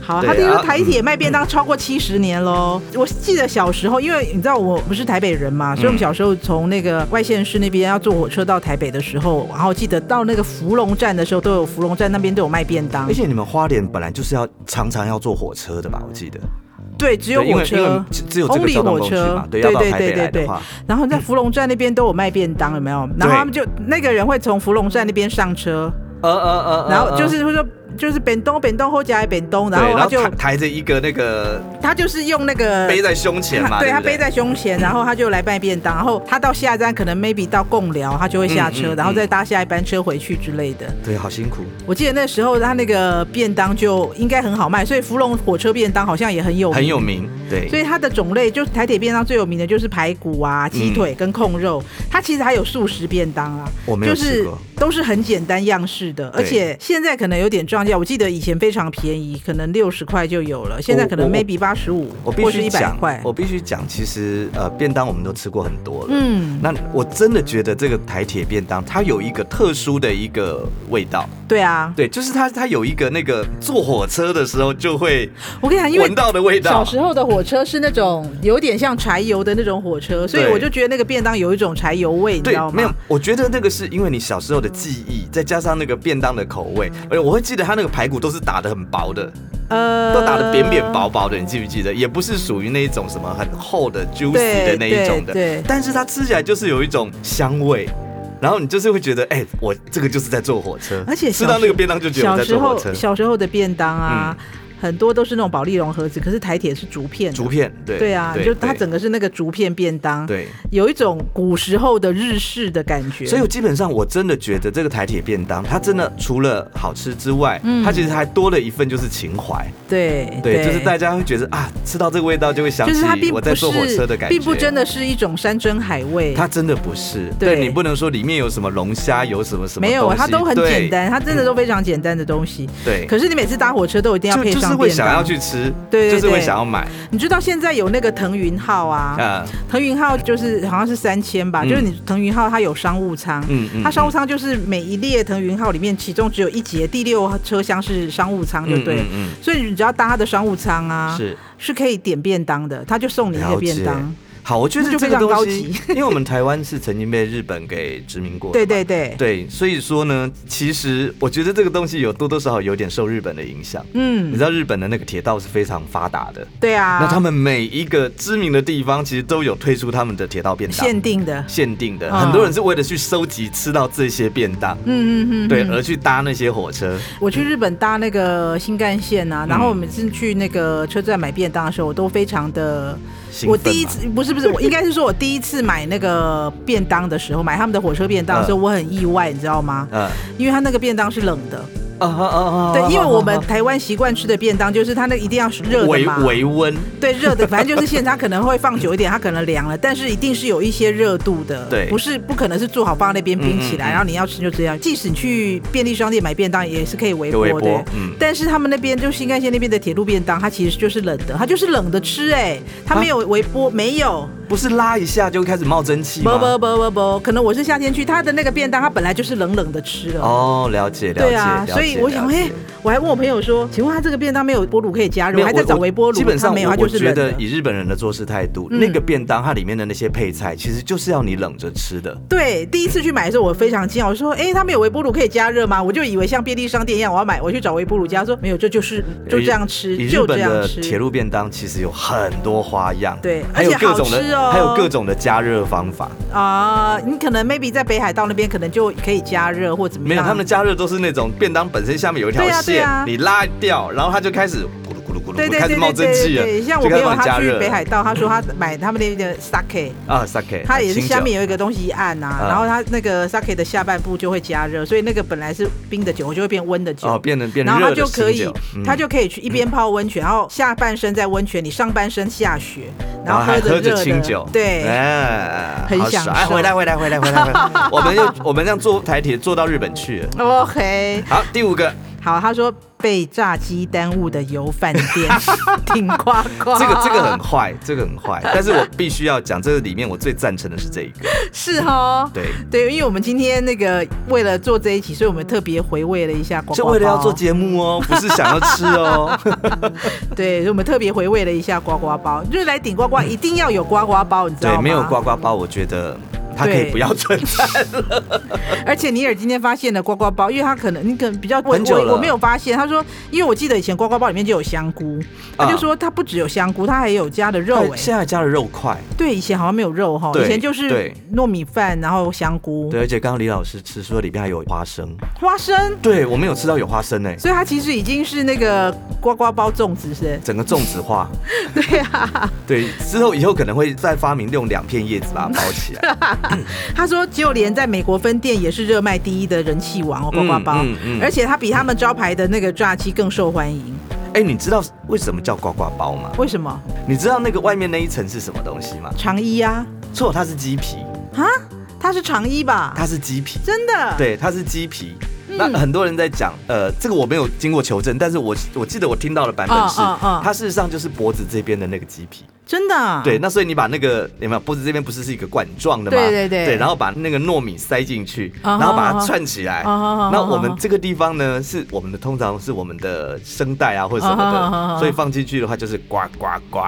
[SPEAKER 2] 好，
[SPEAKER 1] 对
[SPEAKER 2] 他听说
[SPEAKER 1] 啊
[SPEAKER 2] 台铁卖便当超过七十年喽。我记得小时候，因为你知道我不是台北人嘛，所以我们小时候从那个外县市那边要坐火车到台北的时候，然后记得到那个芙蓉站的时候，都有芙蓉站那边都有卖便当
[SPEAKER 1] 而。且你们花莲本来就是要常常要坐火车的吧？我记得。
[SPEAKER 2] 对，只有
[SPEAKER 1] 对因
[SPEAKER 2] 火
[SPEAKER 1] 为因为
[SPEAKER 2] 车，
[SPEAKER 1] 只只有这个交通工具
[SPEAKER 2] Only
[SPEAKER 1] 嘛
[SPEAKER 2] 火
[SPEAKER 1] 要
[SPEAKER 2] 车，
[SPEAKER 1] 到
[SPEAKER 2] 对对
[SPEAKER 1] 台北
[SPEAKER 2] 对对
[SPEAKER 1] 来的
[SPEAKER 2] 对
[SPEAKER 1] 话，
[SPEAKER 2] 然后在芙蓉站那边都有卖便当，有没有？然后他们就那个人会从芙蓉站那边上车，
[SPEAKER 1] 呃呃呃，呃
[SPEAKER 2] 然后就
[SPEAKER 1] 呃
[SPEAKER 2] 是会说就是扁东扁东后加扁东，然
[SPEAKER 1] 对，然
[SPEAKER 2] 后他
[SPEAKER 1] 后
[SPEAKER 2] 就
[SPEAKER 1] 抬抬着一个那个
[SPEAKER 2] 他就是用那个
[SPEAKER 1] 背在胸前嘛，
[SPEAKER 2] 他 对
[SPEAKER 1] 对嗯
[SPEAKER 2] 他
[SPEAKER 1] 不对
[SPEAKER 2] 背在胸前，然后他就来卖便当，然后他到下一站可能 maybe 到贡寮，他就会下车，
[SPEAKER 1] 嗯嗯
[SPEAKER 2] 然后再搭下一班车回去之类的。
[SPEAKER 1] 对，好辛苦，
[SPEAKER 2] 我记得那时候他那个便当就应该很好卖，所以芙蓉火车便当好像也很有名
[SPEAKER 1] 很有名，对，
[SPEAKER 2] 所以它的种类就是台铁便当最有名的就是排骨啊、鸡腿跟控肉，它其实还有素食便当啊，
[SPEAKER 1] 嗯我没有
[SPEAKER 2] 就
[SPEAKER 1] 吃
[SPEAKER 2] 是
[SPEAKER 1] 过
[SPEAKER 2] 都是很简单样式的，而且现在可能有点涨价。我记得以前非常便宜，可能六十块就有了，现在可能
[SPEAKER 1] 我我
[SPEAKER 2] maybe 八十五
[SPEAKER 1] 我必
[SPEAKER 2] 或是
[SPEAKER 1] 须
[SPEAKER 2] 一百
[SPEAKER 1] 讲
[SPEAKER 2] 块，。
[SPEAKER 1] 我必须讲，其实呃，便当我们都吃过很多了。
[SPEAKER 2] 嗯，
[SPEAKER 1] 那我真的觉得这个台铁便当，它有一个特殊的一个味道，
[SPEAKER 2] 对啊，
[SPEAKER 1] 对，就是它它有一个那个坐火车的时候就会
[SPEAKER 2] 我跟你讲，因为
[SPEAKER 1] 闻到的味
[SPEAKER 2] 小
[SPEAKER 1] 道。
[SPEAKER 2] 时候的火车是那种有点像柴油的那种火车，所以
[SPEAKER 1] 对
[SPEAKER 2] 我就觉得那个便当有一种柴油味，你知
[SPEAKER 1] 对
[SPEAKER 2] 道，吗？
[SPEAKER 1] 没有，我觉得那个是因为你小时候的记忆，再加上那个便当的口味，而且我会记得它那个排骨都是打的很薄的，
[SPEAKER 2] 呃，
[SPEAKER 1] 都打的扁扁薄薄的，你记不记得？也不是属于那一种什么很厚的 juicy 的
[SPEAKER 2] 对
[SPEAKER 1] 那一种的，
[SPEAKER 2] 呃对对
[SPEAKER 1] 但是它吃起来就是有一种香味，然后你就是会觉得，哎、我这个就是在坐火车，
[SPEAKER 2] 而且
[SPEAKER 1] 吃
[SPEAKER 2] 小
[SPEAKER 1] 到那
[SPEAKER 2] 时
[SPEAKER 1] 个便当就觉得我
[SPEAKER 2] 小
[SPEAKER 1] 在
[SPEAKER 2] 时
[SPEAKER 1] 坐火
[SPEAKER 2] 候
[SPEAKER 1] 车。嗯
[SPEAKER 2] 小时候的便当啊，很多都是那种保利龙盒子，可是台铁是竹片的。
[SPEAKER 1] 竹片，对
[SPEAKER 2] 对啊，就它
[SPEAKER 1] 对
[SPEAKER 2] 整个是那个竹片便当，
[SPEAKER 1] 对。
[SPEAKER 2] 有一种古时候的日式的感觉。
[SPEAKER 1] 所以，我基本上我真的觉得这个台铁便当，它真的除了好吃之外，
[SPEAKER 2] 嗯
[SPEAKER 1] 它其实还多了一份就是情怀。
[SPEAKER 2] 对
[SPEAKER 1] 对，就是大家会觉得啊，吃到这个味道就会想
[SPEAKER 2] 就是它
[SPEAKER 1] 起
[SPEAKER 2] 并
[SPEAKER 1] 我
[SPEAKER 2] 不
[SPEAKER 1] 在坐火车
[SPEAKER 2] 是
[SPEAKER 1] 的感觉。
[SPEAKER 2] 并不真的是一种山珍海味，
[SPEAKER 1] 它真的不是，
[SPEAKER 2] 对
[SPEAKER 1] 对你不能说里面有什么龙虾，有什么什么
[SPEAKER 2] 没有，啊
[SPEAKER 1] 东西
[SPEAKER 2] 它都很
[SPEAKER 1] 对
[SPEAKER 2] 简单，它真的都非常简单的东西。
[SPEAKER 1] 对，
[SPEAKER 2] 可是你每次搭火车都一定要
[SPEAKER 1] 就
[SPEAKER 2] 配
[SPEAKER 1] 就是
[SPEAKER 2] 上
[SPEAKER 1] 会
[SPEAKER 2] 便
[SPEAKER 1] 想要
[SPEAKER 2] 当，
[SPEAKER 1] 去吃，
[SPEAKER 2] 对对
[SPEAKER 1] 就是会
[SPEAKER 2] 对
[SPEAKER 1] 想要买
[SPEAKER 2] 你知道现在有那个腾云号啊，
[SPEAKER 1] 啊，
[SPEAKER 2] 腾云号就是好像是三千吧，
[SPEAKER 1] 嗯
[SPEAKER 2] 就是你腾云号它有商务舱，
[SPEAKER 1] 嗯嗯
[SPEAKER 2] 它商务舱就是每一列腾云号里面，其中只有一节第六车厢是商务舱，就对了。
[SPEAKER 1] 嗯
[SPEAKER 2] 所以你只要搭它的商务舱
[SPEAKER 1] 嗯
[SPEAKER 2] 啊，
[SPEAKER 1] 是
[SPEAKER 2] 是可以点便当的，它就送你一个便当。。
[SPEAKER 1] 好，我觉得
[SPEAKER 2] 那就
[SPEAKER 1] 这
[SPEAKER 2] 非
[SPEAKER 1] 个
[SPEAKER 2] 常
[SPEAKER 1] 东
[SPEAKER 2] 高
[SPEAKER 1] 西
[SPEAKER 2] 级，
[SPEAKER 1] 因为我们台湾是曾经被日本给殖民过的
[SPEAKER 2] 对
[SPEAKER 1] 嘛，
[SPEAKER 2] 对对，
[SPEAKER 1] 对，所以说呢，其实我觉得这个东西有多多少少有点受日本的影响。你
[SPEAKER 2] 嗯
[SPEAKER 1] 知，道日本的那个铁道是非常发达的，
[SPEAKER 2] 对啊。
[SPEAKER 1] 那他们每一个知名的地方其实都有推出他们的铁道便当，
[SPEAKER 2] 限定的，
[SPEAKER 1] 限定的，
[SPEAKER 2] 嗯
[SPEAKER 1] 很多人是为了去收集吃到这些便当，
[SPEAKER 2] 嗯嗯嗯，
[SPEAKER 1] 对，呃
[SPEAKER 2] 嗯
[SPEAKER 1] 而去搭那些火车。
[SPEAKER 2] 我去日本搭那个新干线啊，然
[SPEAKER 1] 嗯
[SPEAKER 2] 后我每次去那个车站买便当的时候，我都非常的，
[SPEAKER 1] 兴奋
[SPEAKER 2] 我第一
[SPEAKER 1] 嘛
[SPEAKER 2] 次不是不是，我应该是说我第一次买那个便当的时候，买他们的火车便当
[SPEAKER 1] 嗯
[SPEAKER 2] 的时候，我很意外，你知道吗？
[SPEAKER 1] 嗯，啊
[SPEAKER 2] 因为他那个便当是冷的，
[SPEAKER 1] 啊啊啊！
[SPEAKER 2] 对
[SPEAKER 1] 啊，
[SPEAKER 2] 因为
[SPEAKER 1] 啊
[SPEAKER 2] 我们
[SPEAKER 1] 啊
[SPEAKER 2] 台湾习惯吃的便当就是它那一定要是热的
[SPEAKER 1] 维
[SPEAKER 2] 嘛，
[SPEAKER 1] 维温，
[SPEAKER 2] 对热的，反正就是现在它可能会放久一点，它可能凉了，但是一定是有一些热度的，
[SPEAKER 1] 对
[SPEAKER 2] 不是不可能是做好放在那边冰起
[SPEAKER 1] 嗯
[SPEAKER 2] 来，
[SPEAKER 1] 嗯嗯
[SPEAKER 2] 然后你要吃就这样。即使你去便利商店买便当也是可以微
[SPEAKER 1] 有微
[SPEAKER 2] 波
[SPEAKER 1] 波
[SPEAKER 2] 的，
[SPEAKER 1] 嗯
[SPEAKER 2] 但是他们那边就新干线那边的铁路便当，它其实就是冷的，它就是冷的吃、哎，它没有微波，没有，
[SPEAKER 1] 不是拉一下就开始冒蒸汽
[SPEAKER 2] 不
[SPEAKER 1] 吗？
[SPEAKER 2] 不不不不，可能我是夏天去，它的那个便当它本来就是冷冷的吃了。
[SPEAKER 1] 哦，了解了解，
[SPEAKER 2] 对啊，
[SPEAKER 1] 了
[SPEAKER 2] 所以
[SPEAKER 1] 解
[SPEAKER 2] 我想，
[SPEAKER 1] 了解
[SPEAKER 2] 哎、我还问我朋友说，请问他这个便当没有波炉可以加热？
[SPEAKER 1] 没有
[SPEAKER 2] 我还在
[SPEAKER 1] 我
[SPEAKER 2] 找
[SPEAKER 1] 我
[SPEAKER 2] 微波炉，
[SPEAKER 1] 基本上
[SPEAKER 2] 它没有，
[SPEAKER 1] 我
[SPEAKER 2] 它就是
[SPEAKER 1] 我觉
[SPEAKER 2] 冷
[SPEAKER 1] 得
[SPEAKER 2] 的。
[SPEAKER 1] 以日本人的做事态度，
[SPEAKER 2] 嗯
[SPEAKER 1] 那个便当它里面的那些配菜，其实就是要你冷着吃的。
[SPEAKER 2] 对，第一次去买的时候，我非常惊讶，我说：“哎、他们有微波炉可以加热吗？”我就以为像便利商店一样，我要买，我去找微波炉加。他说没有，这就是就这样吃
[SPEAKER 1] 以，日
[SPEAKER 2] 就这
[SPEAKER 1] 本
[SPEAKER 2] 样
[SPEAKER 1] 的
[SPEAKER 2] 吃。
[SPEAKER 1] 铁路便当其实有很多花样，
[SPEAKER 2] 对
[SPEAKER 1] 还有
[SPEAKER 2] 而且
[SPEAKER 1] 各
[SPEAKER 2] 好
[SPEAKER 1] 种
[SPEAKER 2] 吃
[SPEAKER 1] 的，
[SPEAKER 2] 哦
[SPEAKER 1] 还有各种的加热方法。
[SPEAKER 2] 啊、你可能 maybe 在北海道那边可能就可以加热或怎么
[SPEAKER 1] 没
[SPEAKER 2] 样。
[SPEAKER 1] 有，他们的加热都是那种便当本身下面有一条
[SPEAKER 2] 啊对啊对
[SPEAKER 1] 线，
[SPEAKER 2] 啊
[SPEAKER 1] 你拉掉，然后它就开始咕噜咕噜咕噜
[SPEAKER 2] 对
[SPEAKER 1] 咕噜，
[SPEAKER 2] 对
[SPEAKER 1] 开
[SPEAKER 2] 对
[SPEAKER 1] 始冒
[SPEAKER 2] 对
[SPEAKER 1] 蒸
[SPEAKER 2] 对
[SPEAKER 1] 汽了，
[SPEAKER 2] 对，像我
[SPEAKER 1] 就开
[SPEAKER 2] 朋
[SPEAKER 1] 始
[SPEAKER 2] 友
[SPEAKER 1] 帮你加
[SPEAKER 2] 他去
[SPEAKER 1] 热
[SPEAKER 2] 北
[SPEAKER 1] 了
[SPEAKER 2] 海道，他说他买他们那边的 sake。
[SPEAKER 1] 啊，sake，
[SPEAKER 2] 它也是
[SPEAKER 1] 清
[SPEAKER 2] 下
[SPEAKER 1] 酒
[SPEAKER 2] 面有一个东西一按啊，
[SPEAKER 1] 嗯
[SPEAKER 2] 然后它那个 sake 的下半部就会加热，所以那个本来是冰的酒就会变温的酒，
[SPEAKER 1] 哦，变得变
[SPEAKER 2] 然后
[SPEAKER 1] 热
[SPEAKER 2] 他
[SPEAKER 1] 的
[SPEAKER 2] 就
[SPEAKER 1] 清
[SPEAKER 2] 可以
[SPEAKER 1] 酒，嗯，
[SPEAKER 2] 他就可以去一边泡温泉，然后下半身在温泉里，上半身下雪，
[SPEAKER 1] 然后
[SPEAKER 2] 后
[SPEAKER 1] 还
[SPEAKER 2] 着
[SPEAKER 1] 喝
[SPEAKER 2] 热
[SPEAKER 1] 着
[SPEAKER 2] 的，
[SPEAKER 1] 清酒，
[SPEAKER 2] 对，
[SPEAKER 1] 哎，
[SPEAKER 2] 很
[SPEAKER 1] 好
[SPEAKER 2] 享
[SPEAKER 1] 爽哎，
[SPEAKER 2] 受
[SPEAKER 1] 回来回来回来回来，回来 我们又我们这样坐台铁坐到日本去了。
[SPEAKER 2] OK，
[SPEAKER 1] 好，第五个，
[SPEAKER 2] 好，他说被炸鸡耽误的油 饭店， 挺夸夸，
[SPEAKER 1] 这个这个很坏， 这个很坏，但是我必须要讲，这个里面我最赞成的是这一个，
[SPEAKER 2] 是哦。
[SPEAKER 1] 对，
[SPEAKER 2] 对，因为我们今天那个为了做这一期，所以我们特别回味了一下呱呱包，
[SPEAKER 1] 就为了要做节目哦，不是想要吃 哦，
[SPEAKER 2] 对，所以我们特别回味了一下呱呱包，就是来顶呱呱一定要有呱呱包，你知道
[SPEAKER 1] 对
[SPEAKER 2] 吗？，
[SPEAKER 1] 没有，呱呱包，我觉得它可以
[SPEAKER 2] 对
[SPEAKER 1] 不要存在。
[SPEAKER 2] 而且尼尔今天发现了呱呱包，因为他可能那个比较我
[SPEAKER 1] 很久了
[SPEAKER 2] 我我没有发现，他说，因为我记得以前呱呱包里面就有香菇，
[SPEAKER 1] 啊
[SPEAKER 2] 他就说他不只有香菇，他还有加的肉哎、
[SPEAKER 1] 现在加了肉块，
[SPEAKER 2] 对，以前好像没有肉哈，
[SPEAKER 1] 对
[SPEAKER 2] 以前就是
[SPEAKER 1] 对
[SPEAKER 2] 糯米饭，然后香菇、
[SPEAKER 1] 对，而且刚刚李老师吃说里边还有花生，
[SPEAKER 2] 花生，
[SPEAKER 1] 对我没有吃到有花生哎、
[SPEAKER 2] 所以它其实已经是那个呱呱包粽子是
[SPEAKER 1] 整个粽子化，
[SPEAKER 2] 不是， 对啊。
[SPEAKER 1] 对，之后以后可能会再发明用两片叶子把它包起 来，
[SPEAKER 2] 他说，只有连在美国分店也是热卖第一的人气王哦，呱呱包，
[SPEAKER 1] 嗯嗯嗯
[SPEAKER 2] 而且它比他们招牌的那个炸鸡更受欢迎。
[SPEAKER 1] 哎、你知道为什么叫呱呱包吗？
[SPEAKER 2] 为什么？
[SPEAKER 1] 你知道那个外面那一层是什么东西吗？
[SPEAKER 2] 肠衣啊，
[SPEAKER 1] 错，它是鸡皮，
[SPEAKER 2] 啊，它是肠衣吧？
[SPEAKER 1] 它是鸡皮，
[SPEAKER 2] 真的？，
[SPEAKER 1] 对，它是鸡皮。
[SPEAKER 2] 嗯
[SPEAKER 1] 那很多人在讲，呃，这个我没有经过求证，但是我我记得我听到的版本是，
[SPEAKER 2] 嗯嗯嗯
[SPEAKER 1] 它事实上就是脖子这边的那个鸡皮。
[SPEAKER 2] 真的啊。
[SPEAKER 1] 对，那所以你把那个有没有脖子这边不是是一个管状的吗？
[SPEAKER 2] 对对对
[SPEAKER 1] 然后把那个糯米塞进去，
[SPEAKER 2] 啊哈
[SPEAKER 1] 然后把它串起来。
[SPEAKER 2] 啊哈啊哈
[SPEAKER 1] 那我们这个地方呢，是我们的通常是我们的声带啊或者什么的，
[SPEAKER 2] 啊哈啊哈
[SPEAKER 1] 所以放进去的话就是呱呱呱，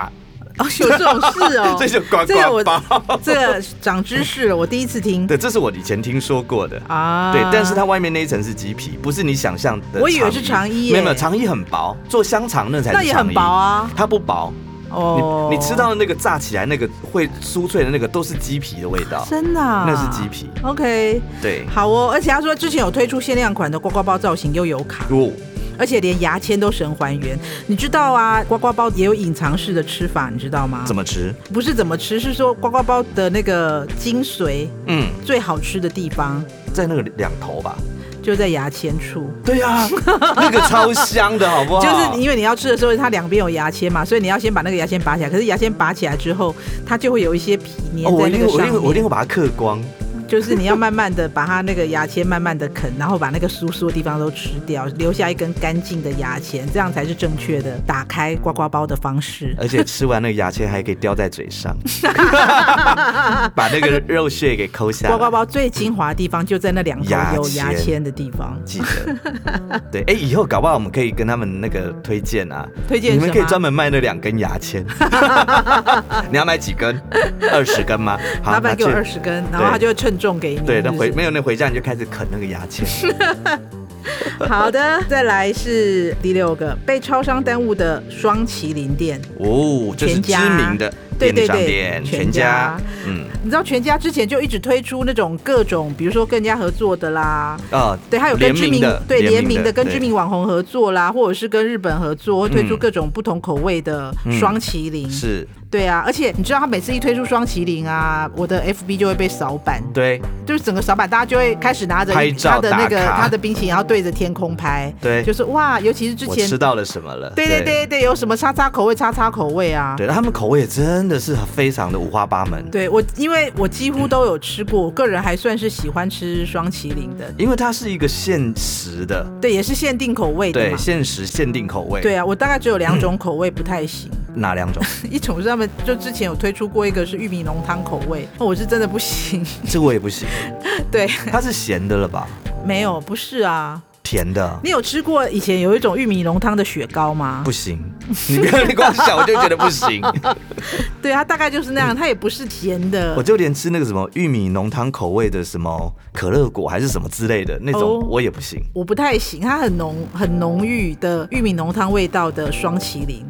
[SPEAKER 2] 哦，有这种事哦。
[SPEAKER 1] 这就呱
[SPEAKER 2] 这个
[SPEAKER 1] 呱
[SPEAKER 2] 我
[SPEAKER 1] 呱。
[SPEAKER 2] 这个长知识了，我第一次听。
[SPEAKER 1] 对，这是我以前听说过的。
[SPEAKER 2] 啊，
[SPEAKER 1] 对，但是它外面那一层是鸡皮，不是你想象的。
[SPEAKER 2] 我以为是肠衣耶
[SPEAKER 1] 没有没有，肠衣很薄，做香肠那才是
[SPEAKER 2] 那也很
[SPEAKER 1] 肠衣
[SPEAKER 2] 薄，啊。
[SPEAKER 1] 它不薄。
[SPEAKER 2] 哦，
[SPEAKER 1] 你你吃到的那个炸起来那个会酥脆的那个都是鸡皮的味道，
[SPEAKER 2] 真的啊、
[SPEAKER 1] 那是鸡皮。
[SPEAKER 2] OK，
[SPEAKER 1] 对，
[SPEAKER 2] 好哦，而且他说之前有推出限量款的呱呱包造型悠游卡，
[SPEAKER 1] 哦，
[SPEAKER 2] 而且连牙签都神还原。你知道啊，呱呱包也有隐藏式的吃法，你知道吗？
[SPEAKER 1] 怎
[SPEAKER 2] 么
[SPEAKER 1] 么吃？
[SPEAKER 2] 不是怎么吃，是说呱呱包的那个精髓
[SPEAKER 1] 嗯，
[SPEAKER 2] 最好吃的地方
[SPEAKER 1] 在那个两头吧。
[SPEAKER 2] 就在牙签处。
[SPEAKER 1] 对呀、那个超香的好不好？
[SPEAKER 2] 就是因为你要吃的时候，它两边有牙签嘛，所以你要先把那个牙签拔起来。可是牙签拔起来之后，它就会有一些皮粘
[SPEAKER 1] 哦，我
[SPEAKER 2] 在
[SPEAKER 1] 一
[SPEAKER 2] 那
[SPEAKER 1] 定
[SPEAKER 2] 个
[SPEAKER 1] 我一
[SPEAKER 2] 上
[SPEAKER 1] 定我一定
[SPEAKER 2] 面。
[SPEAKER 1] 会把它嗑光。
[SPEAKER 2] 就是你要慢慢的把它那个牙签慢慢的啃，然后把那个酥酥的地方都吃掉，留下一根干净的牙签，这样才是正确的打开呱呱包的 方式。
[SPEAKER 1] 而且吃完那个牙签还可以叼在嘴 上，把那个肉屑给抠下来。
[SPEAKER 2] 呱呱包最精华的地方就在那两头
[SPEAKER 1] 牙
[SPEAKER 2] 有牙
[SPEAKER 1] 签
[SPEAKER 2] 签的地方。
[SPEAKER 1] 记得，对，哎、以后搞不好我们可以跟他们那个推荐啊，
[SPEAKER 2] 推荐
[SPEAKER 1] 你们
[SPEAKER 2] 什
[SPEAKER 1] 可以
[SPEAKER 2] 么
[SPEAKER 1] 专门卖那两根牙 签，你要买几根？二十根吗？好，
[SPEAKER 2] 老板
[SPEAKER 1] 拿
[SPEAKER 2] 给
[SPEAKER 1] 去
[SPEAKER 2] 我。二十根，然后
[SPEAKER 1] 对
[SPEAKER 2] 他就会称重给你。
[SPEAKER 1] 对，那
[SPEAKER 2] 是不
[SPEAKER 1] 回
[SPEAKER 2] 是
[SPEAKER 1] 没有那回家你就开始啃那个牙签，
[SPEAKER 2] 好的，再来是第六个被超商耽误的双麒麟店。
[SPEAKER 1] 哦，这是
[SPEAKER 2] 全
[SPEAKER 1] 知
[SPEAKER 2] 家
[SPEAKER 1] 名的
[SPEAKER 2] 对
[SPEAKER 1] 便利
[SPEAKER 2] 对
[SPEAKER 1] 商
[SPEAKER 2] 对
[SPEAKER 1] 店，
[SPEAKER 2] 全
[SPEAKER 1] 全家
[SPEAKER 2] 家，
[SPEAKER 1] 嗯
[SPEAKER 2] 你知道全家之前就一直推出那种各种，比如说跟人家合作的啦，
[SPEAKER 1] 啊，
[SPEAKER 2] 对，还有跟
[SPEAKER 1] 联
[SPEAKER 2] 知
[SPEAKER 1] 名
[SPEAKER 2] 名
[SPEAKER 1] 的，
[SPEAKER 2] 对联名的跟
[SPEAKER 1] 对
[SPEAKER 2] 知名网红合作啦，或者是跟日本合作，会推出
[SPEAKER 1] 嗯
[SPEAKER 2] 各种不同口味的双麒麟。
[SPEAKER 1] 是，
[SPEAKER 2] 对啊，而且你知道他每次一推出双麒麟啊，我的 FB 就会被扫版，
[SPEAKER 1] 对
[SPEAKER 2] 就是整个扫版大家就会开始拿着
[SPEAKER 1] 拍
[SPEAKER 2] 他
[SPEAKER 1] 照
[SPEAKER 2] 的那个
[SPEAKER 1] 打卡
[SPEAKER 2] 他的冰淇淋，然后对着天空拍，
[SPEAKER 1] 对
[SPEAKER 2] 就是哇，尤其是之
[SPEAKER 1] 我
[SPEAKER 2] 前
[SPEAKER 1] 吃。到了什么了？
[SPEAKER 2] 对对对对，有什么叉叉口味、叉叉口味啊？
[SPEAKER 1] 对，他们口味也真的是非常的五花八门，
[SPEAKER 2] 对我，因为我几乎都有吃过，我个人还算是喜欢吃双麒麟的，
[SPEAKER 1] 因为它是一个限时的，
[SPEAKER 2] 对，也是限定口味的
[SPEAKER 1] 对，
[SPEAKER 2] 嘛。
[SPEAKER 1] 限时限定口味，
[SPEAKER 2] 对啊，我大概只有两种口味不太行，
[SPEAKER 1] 哪两种？
[SPEAKER 2] 一种是他们就之前有推出过一个是玉米浓汤口味，哦我是真的不行。
[SPEAKER 1] 这我也不行，
[SPEAKER 2] 对，
[SPEAKER 1] 它是咸的了吧？
[SPEAKER 2] 没有，不是啊。
[SPEAKER 1] 甜的
[SPEAKER 2] 你有吃过以前有一种玉米浓汤的雪糕吗
[SPEAKER 1] 不？行， 你不要你光想我就觉得不行，
[SPEAKER 2] 对，它大概就是那样，它也不是甜的
[SPEAKER 1] 我。就连吃那个什么玉米浓汤口味的什么可乐果还是什么之类的那种
[SPEAKER 2] 哦
[SPEAKER 1] 我也不行。
[SPEAKER 2] 我不太行，它很浓很浓郁的玉米浓汤味道的双麒麟，